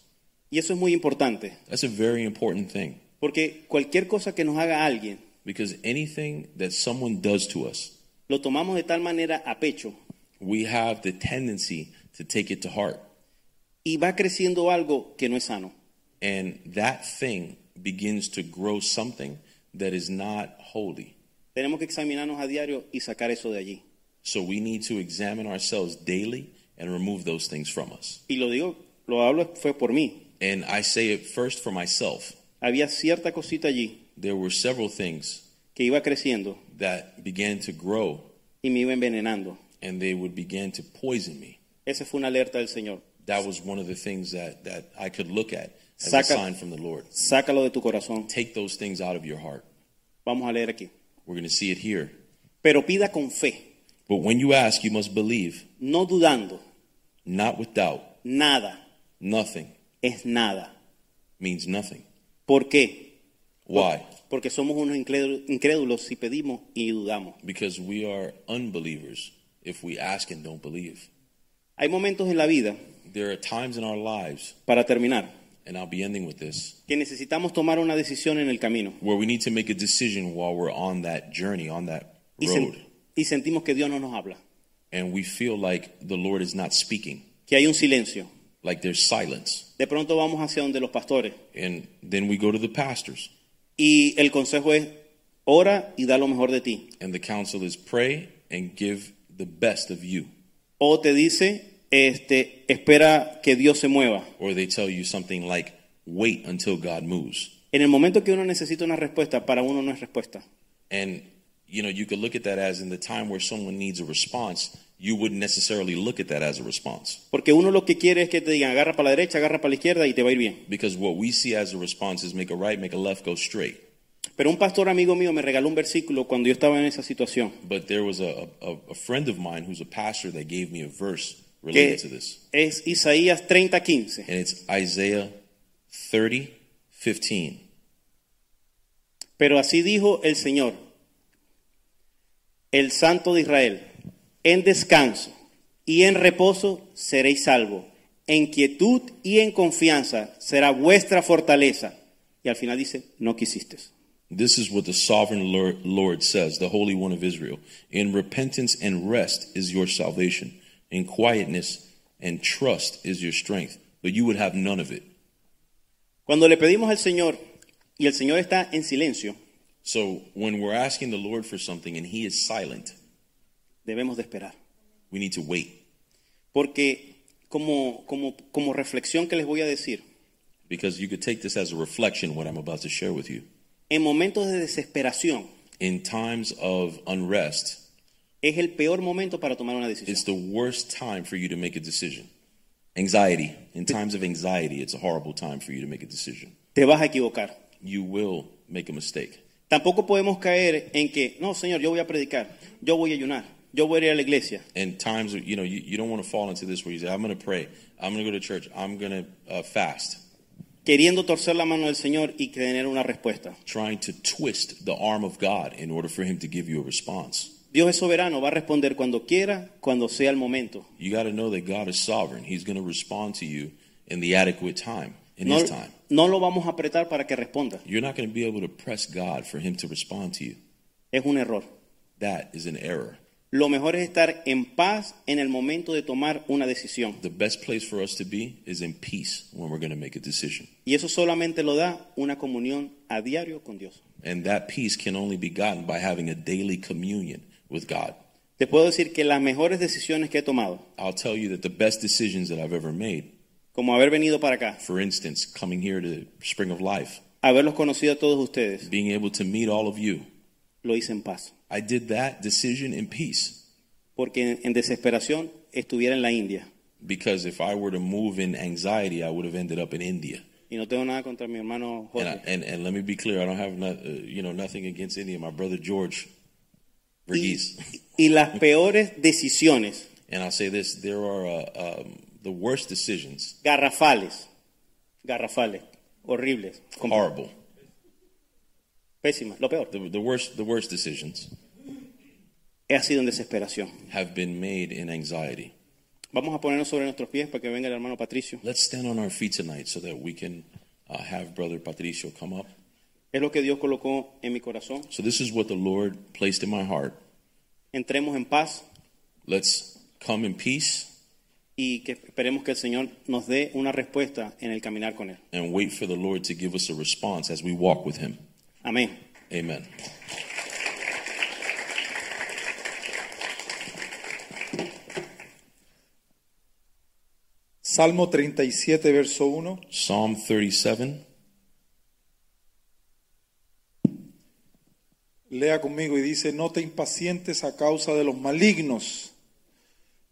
S2: Y eso es muy importante,
S3: that's a very important thing
S2: porque cualquier cosa que nos haga alguien,
S3: because anything that someone does to us,
S2: lo tomamos de tal manera a pecho
S3: we have the tendency to take it to heart.
S2: y va creciendo algo que no es sano.
S3: and that thing begins to grow something that is not holy.
S2: Tenemos que examinarnos a diario y sacar eso de allí.
S3: So we need to examine ourselves daily and remove those things from us.
S2: Y lo digo, lo hablo fue por mí.
S3: And I say it first for myself.
S2: Había cierta cosita allí
S3: There were several things
S2: que iba creciendo
S3: that began to grow
S2: y me iba envenenando.
S3: and they would begin to poison me.
S2: Esa fue una alerta del Señor.
S3: That was one of the things that, that I could look at as a
S2: Saca-
S3: sign from the Lord.
S2: Sácalo de tu corazón.
S3: Take those things out of your heart.
S2: Vamos a leer aquí.
S3: We're going to see it here.
S2: Pero pida con fe,
S3: But when you ask, you must believe,
S2: no dudando.
S3: not with doubt.
S2: Nada
S3: Nothing
S2: es nada.
S3: means nothing.
S2: ¿Por qué?
S3: Why?
S2: Porque somos unos incrédu- incrédulos si pedimos y dudamos.
S3: because we are unbelievers if we ask and don't believe.
S2: Hay momentos en la vida,
S3: There are times in our lives,
S2: para terminar,
S3: and I'll be ending with this,
S2: que necesitamos tomar una decisión en el camino
S3: where we need to make a decision while we're on that journey, on that
S2: y, sen-
S3: road,
S2: y sentimos que Dios no nos habla,
S3: and we feel like the Lord is not speaking,
S2: que hay un silencio.
S3: like there's silence.
S2: De pronto vamos hacia donde los pastores
S3: And then we go to the pastors,
S2: y el consejo es, ora y da lo mejor de ti.
S3: and the counsel is pray and give the best of you.
S2: O te dice, este, espera que Dios se mueva.
S3: Or they tell you something like, wait until God moves.
S2: En el momento que uno necesita una respuesta, para uno no es respuesta.
S3: And you know, you could look at that as in the time where someone needs a response, you wouldn't necessarily look at that as a response.
S2: Porque uno lo que quiere es que te digan, agarra para la derecha, agarra para la izquierda y te va a ir bien.
S3: Because what we see as a response is make a right, make a left, go straight.
S2: Pero un pastor amigo mío me regaló un versículo cuando yo estaba en esa situación.
S3: But there was a, a, a friend of mine who's a pastor that gave me a verse
S2: Que
S3: related to this.
S2: es Isaías 30:15.
S3: And it's Isaiah 30, 15.
S2: Pero así dijo el Señor, el Santo de Israel, en descanso y en reposo seréis salvos, en quietud y en confianza será vuestra fortaleza. Y al final dice, no quisiste.
S3: This is what the sovereign Lor- Lord says, the Holy One of Israel. In repentance and rest is your salvation. In quietness and trust is your strength. But you would have none of it.
S2: Cuando le pedimos al Señor y el Señor está en silencio,
S3: So when we're asking the Lord for something and he is silent,
S2: debemos de esperar.
S3: we need to wait
S2: Porque como, como, como reflexión que les voy a decir,
S3: because you could take this as a reflection what I'm about to share with you.
S2: en momentos de desesperación
S3: In times of unrest,
S2: es el peor momento para tomar una decisión.
S3: it's the worst time for you to make a decision. Anxiety. In times of anxiety, it's a horrible time for you to make a decision.
S2: Te vas a equivocar.
S3: You will make a mistake.
S2: Tampoco podemos caer en que, no, Señor, yo voy a predicar, yo voy a ayunar. yo voy a ir a la iglesia.
S3: And times, you know, you, you don't want to fall into this where you say, I'm going to pray, I'm going to go to church, I'm going to uh, fast,
S2: queriendo torcer la mano del Señor y tener una respuesta.
S3: trying to twist the arm of God in order for Him to give you a response.
S2: Dios es soberano, va a responder cuando quiera, cuando sea el momento.
S3: You got to know that God is sovereign. He's going to respond to you in the adequate time, in
S2: No,
S3: His time.
S2: no lo vamos a apretar para que responda.
S3: You're not going to be able to press God for Him to respond to you.
S2: Es un error.
S3: That is an error.
S2: Lo mejor es estar en paz en el momento de tomar una decisión.
S3: The best place for us to be is in peace when we're going to make a decision.
S2: Y eso solamente lo da una comunión a diario con Dios.
S3: And that peace can only be gotten by having a daily communion with God.
S2: Te puedo decir que las mejores decisiones que he tomado,
S3: I'll tell you that the best decisions that I've ever made,
S2: como haber venido para acá,
S3: for instance, coming here to Spring of Life,
S2: haberlos conocido a todos ustedes,
S3: being able to meet all of you,
S2: lo hice en paz.
S3: I did that decision in peace.
S2: Porque en, en desesperación estuviera en la India.
S3: Because if I were to move in anxiety, I would have ended up in India.
S2: Y no tengo nada contra mi hermano
S3: And,
S2: Jorge.
S3: I, and and let me be clear, I don't have no, uh, you know nothing against India. My brother George
S2: y,
S3: Verghese.
S2: y las peores decisiones
S3: And I'll say this: there are uh, um, the worst decisions,
S2: garrafales, garrafales, horribles, com-
S3: horrible.
S2: pésimas, lo peor,
S3: The, the worst, the worst decisions
S2: ha sido en desesperación.
S3: have been made in anxiety.
S2: Vamos a ponernos sobre nuestros pies para que venga el hermano Patricio.
S3: Let's stand on our feet tonight so that we can uh, have Brother Patricio come up.
S2: Es lo que Dios colocó en mi corazón.
S3: So this is what the Lord placed in my heart.
S2: Entremos en paz
S3: Let's come in peace
S2: y que esperemos que el Señor nos dé una respuesta en el caminar con Él.
S3: and wait for the Lord to give us a response as we walk with Him.
S2: Amén.
S3: Amen.
S4: Salmo 37, verso 1.
S3: Psalm 37.
S4: Lea conmigo y dice, no te impacientes a causa de los malignos,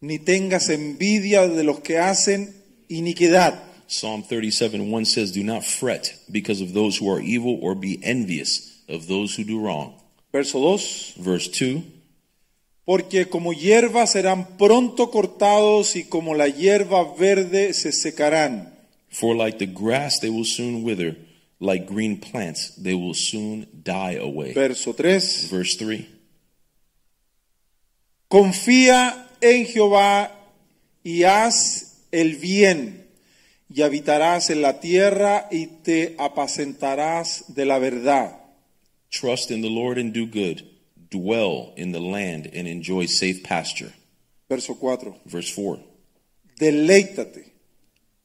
S4: ni tengas envidia de los que hacen iniquidad,
S3: Psalm 37 1 says, Do not fret because of those who are evil or be envious of those who do wrong.
S4: Verso 2.
S3: Verse 2
S4: Porque como hierba serán pronto cortados y como la hierba verde se secarán.
S3: For like the grass they will soon wither, like green plants they will soon die away.
S4: Verso 3.
S3: Verse 3
S4: Confía en Jehová y haz el bien, y habitarás en la tierra y te apacentarás de la verdad.
S3: Trust in the Lord and do good, dwell in the land and enjoy safe pasture.
S4: Verso 4.
S3: Verse 4
S4: Deleítate,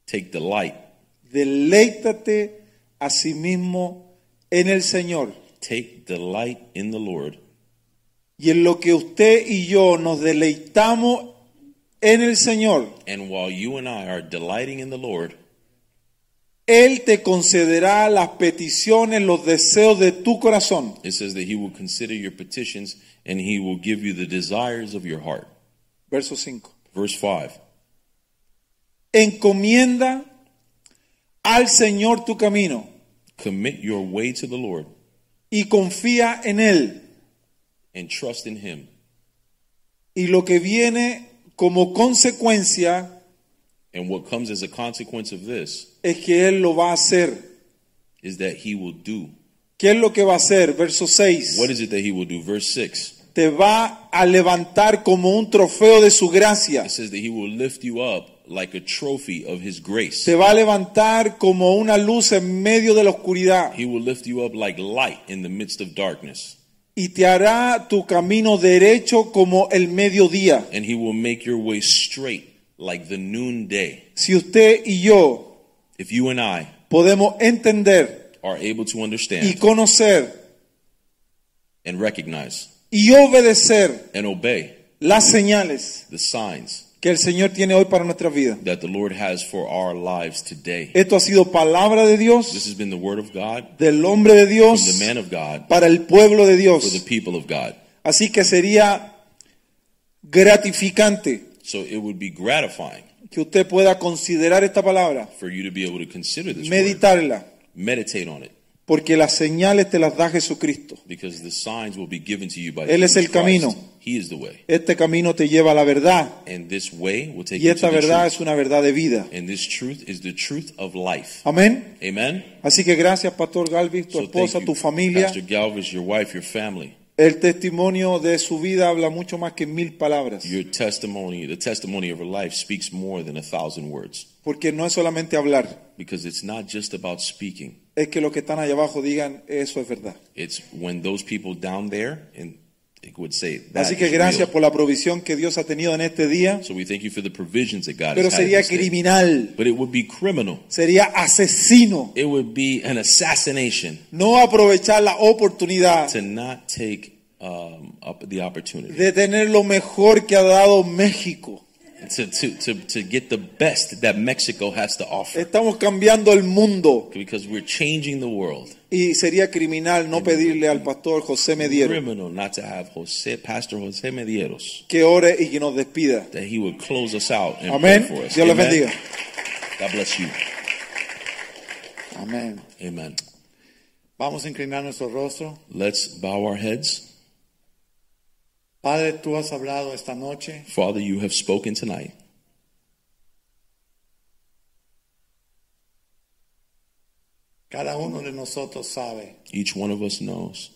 S3: Take delight,
S4: deleítate a sí mismo en el Señor.
S3: take delight in the Lord,
S4: Y en lo que usted y yo nos deleitamos en el Señor,
S3: and while you and I are delighting in the Lord,
S4: Él te concederá las peticiones, los deseos de tu corazón.
S3: It says that he will consider your petitions and he will give you the desires of your heart.
S4: Verso 5.
S3: Verse 5
S4: Encomienda al Señor tu camino
S3: Commit your way to the Lord
S4: y confía en Él.
S3: and trust in him,
S4: Y lo que viene como consecuencia
S3: and what comes as a consequence of this
S4: es que Él lo va a hacer.
S3: is that he will do.
S4: ¿Qué es lo que va a hacer? Verso 6.
S3: What is it that he will do? Verse 6
S4: Te va a levantar como un trofeo de su gracia.
S3: It says that he will lift you up like a trophy of his grace.
S4: Te va a levantar como una luz en medio de la oscuridad.
S3: He will lift you up like light in the midst of darkness,
S4: Y te hará tu camino derecho como el mediodía.
S3: and he will make your way straight like the noonday.
S4: Si usted y yo
S3: If you and I
S4: podemos entender
S3: are able to
S4: y
S3: understand
S4: conocer
S3: and recognize
S4: y obedecer
S3: and obey
S4: las señales
S3: the signs
S4: que el Señor tiene hoy para nuestra vida.
S3: that the Lord has for our lives today.
S4: Esto ha sido palabra de
S3: This
S4: Dios,
S3: has been the word of God
S4: del hombre de
S3: from
S4: Dios,
S3: the man of God
S4: para el pueblo
S3: for the
S4: de Dios.
S3: people of God.
S4: Así que sería gratificante
S3: So it would be gratifying
S4: que usted pueda considerar esta palabra,
S3: for you to be able to consider this word,
S4: meditarla,
S3: meditate on it,
S5: porque las señales te las da Jesucristo.
S3: because the signs will be given to you by
S5: Él es
S3: Jesus
S5: el camino.
S3: Christ. He is the way.
S5: Este camino te lleva a la verdad
S3: And this way will take
S5: y
S3: you to
S5: esta
S3: the
S5: verdad
S3: truth.
S5: es una verdad de vida.
S3: And this truth is the truth of life.
S5: Amén.
S3: Amen.
S5: Así que gracias, Pastor Galvis, tu
S3: So
S5: esposa,
S3: thank you,
S5: tu familia.
S3: Pastor Galvez, your wife, your family.
S5: El testimonio de su vida habla mucho más que mil palabras,
S3: Your testimony, the testimony of her life speaks more than a thousand words.
S5: porque no es solamente hablar,
S3: Because it's not just about speaking.
S5: es que los que están allá abajo digan, eso es verdad.
S3: It's when those people down there and they would say that
S5: Así que
S3: is
S5: gracias
S3: real.
S5: por la provisión que Dios ha tenido en este día,
S3: So we thank you for the provisions that God
S5: pero
S3: has had in
S5: sería
S3: this day.
S5: criminal,
S3: But it would be criminal.
S5: sería asesino
S3: It would be an assassination
S5: no aprovechar la oportunidad
S3: to not take um, up the opportunity
S5: de tener lo mejor que ha dado México.
S3: to, to, to, to get the best that Mexico has to offer.
S5: Estamos cambiando el mundo
S3: Because we're changing the world.
S5: y sería criminal no pedirle al pastor José Mediero
S3: Criminal not to have Jose, Pastor Jose Medieros
S5: que ore y que nos despida.
S3: that he would close us out and
S5: Amén.
S3: pray for us.
S5: Dios los
S3: Amen.
S5: bendiga.
S3: God bless you.
S4: Amén.
S3: Amen.
S4: Vamos a inclinar nuestro rostro.
S3: Let's bow our heads.
S4: Padre, tú has hablado esta noche.
S3: Father, you have spoken tonight.
S4: Cada uno de nosotros sabe,
S3: Each one of us knows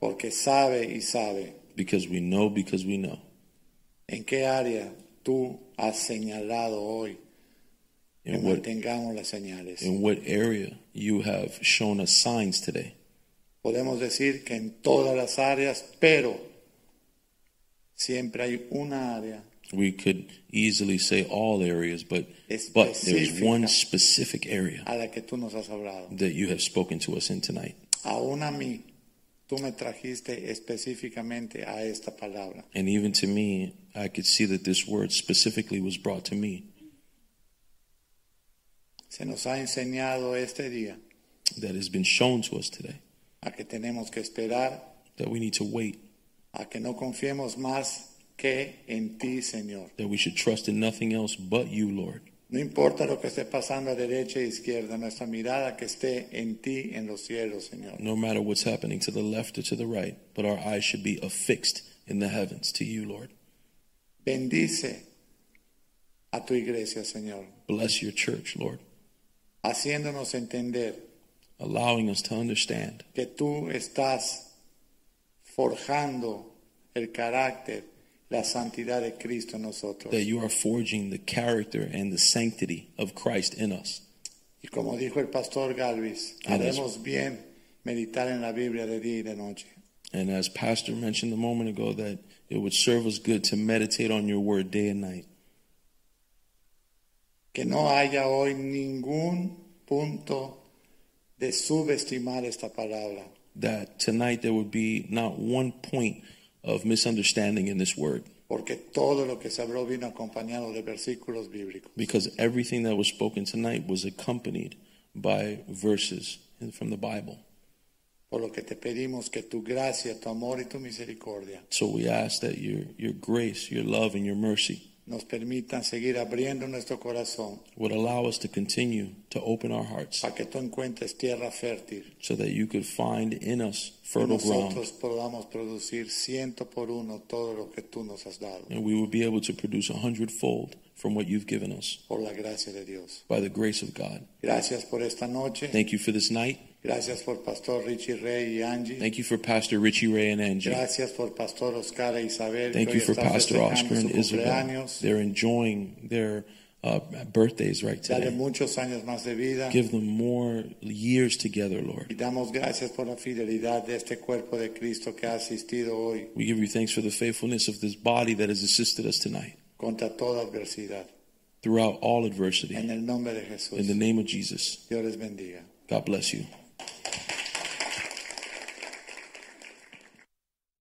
S4: porque sabe y sabe
S3: because we know because we know.
S4: en qué área tú has señalado hoy que
S3: In what
S4: mantengamos las señales.
S3: in what area you have shown us signs today.
S4: Podemos decir que en todas las áreas, pero siempre hay una área
S3: We could easily say all areas, but but there's one specific area
S4: a la que tú nos has hablado.
S3: that you have spoken to us in tonight.
S4: Aún a mí, tú me trajiste específicamente a esta palabra.
S3: And even to me, I could see that this word specifically was brought to me.
S4: Se nos ha enseñado este día
S3: That has been shown to us today.
S4: a que tenemos que esperar,
S3: That we need to wait.
S4: a que no confiemos más que en ti, Señor.
S3: That we should trust in nothing else but you, Lord.
S4: No importa lo que esté pasando a derecha e izquierda, nuestra mirada que esté en ti, en los cielos, Señor.
S3: no matter what's happening to the left or to the right, but our eyes should be affixed in the heavens to you, Lord.
S4: Bendice a tu iglesia, Señor,
S3: Bless your church, Lord,
S4: haciéndonos entender
S3: allowing us to understand
S4: que tú estás forjando el carácter, la santidad de Cristo en nosotros.
S3: that you are forging the character and the sanctity of Christ in us.
S4: Y como dijo el pastor Galvis,
S3: Amén.
S4: haremos bien meditar en la Biblia de día y de noche.
S3: And as Pastor mentioned a moment ago, that it would serve us good to meditate on your word day and night,
S4: Que no haya hoy ningún punto de subestimar esta palabra.
S3: that tonight there would be not one point of misunderstanding in this word,
S4: porque todo lo que se habló vino acompañado de versículos bíblicos.
S3: because everything that was spoken tonight was accompanied by verses from the Bible.
S4: Por lo que te pedimos que tu gracia, tu amor y tu misericordia
S3: So we ask that your, your grace, your love, and your mercy
S4: nos permitan seguir abriendo nuestro corazón
S3: would allow us to continue to open our hearts
S4: para que tú encuentres tierra fértil
S3: so that you could find in us
S4: y
S3: fertile ground
S4: nosotros podamos producir ciento por uno todo lo que tú nos has dado
S3: and we will be able to produce a hundredfold from what you've given us
S4: por la gracia de Dios.
S3: by the grace of God.
S4: Gracias por esta noche.
S3: Thank you for this night.
S4: Gracias por Pastor Richie Rey y Angie.
S3: Thank you for Pastor Richie Ray and Angie.
S4: Gracias por Pastor Oscar e Isabel. que
S3: Thank
S4: hoy
S3: you for
S4: están
S3: Pastor
S4: festejando
S3: Oscar
S4: su
S3: and Isabel.
S4: cumpleaños.
S3: They're enjoying their uh, birthdays right
S4: Dale
S3: today.
S4: muchos años más de vida.
S3: Give them more years together,
S4: Y
S3: Lord.
S4: damos gracias por la fidelidad de este cuerpo de Cristo que ha asistido hoy
S3: We give you thanks for the faithfulness of this body that has assisted us tonight
S4: contra toda adversidad.
S3: throughout all adversity.
S4: En el nombre de Jesús,
S3: In the name of Jesus,
S4: Dios les bendiga.
S3: God bless you.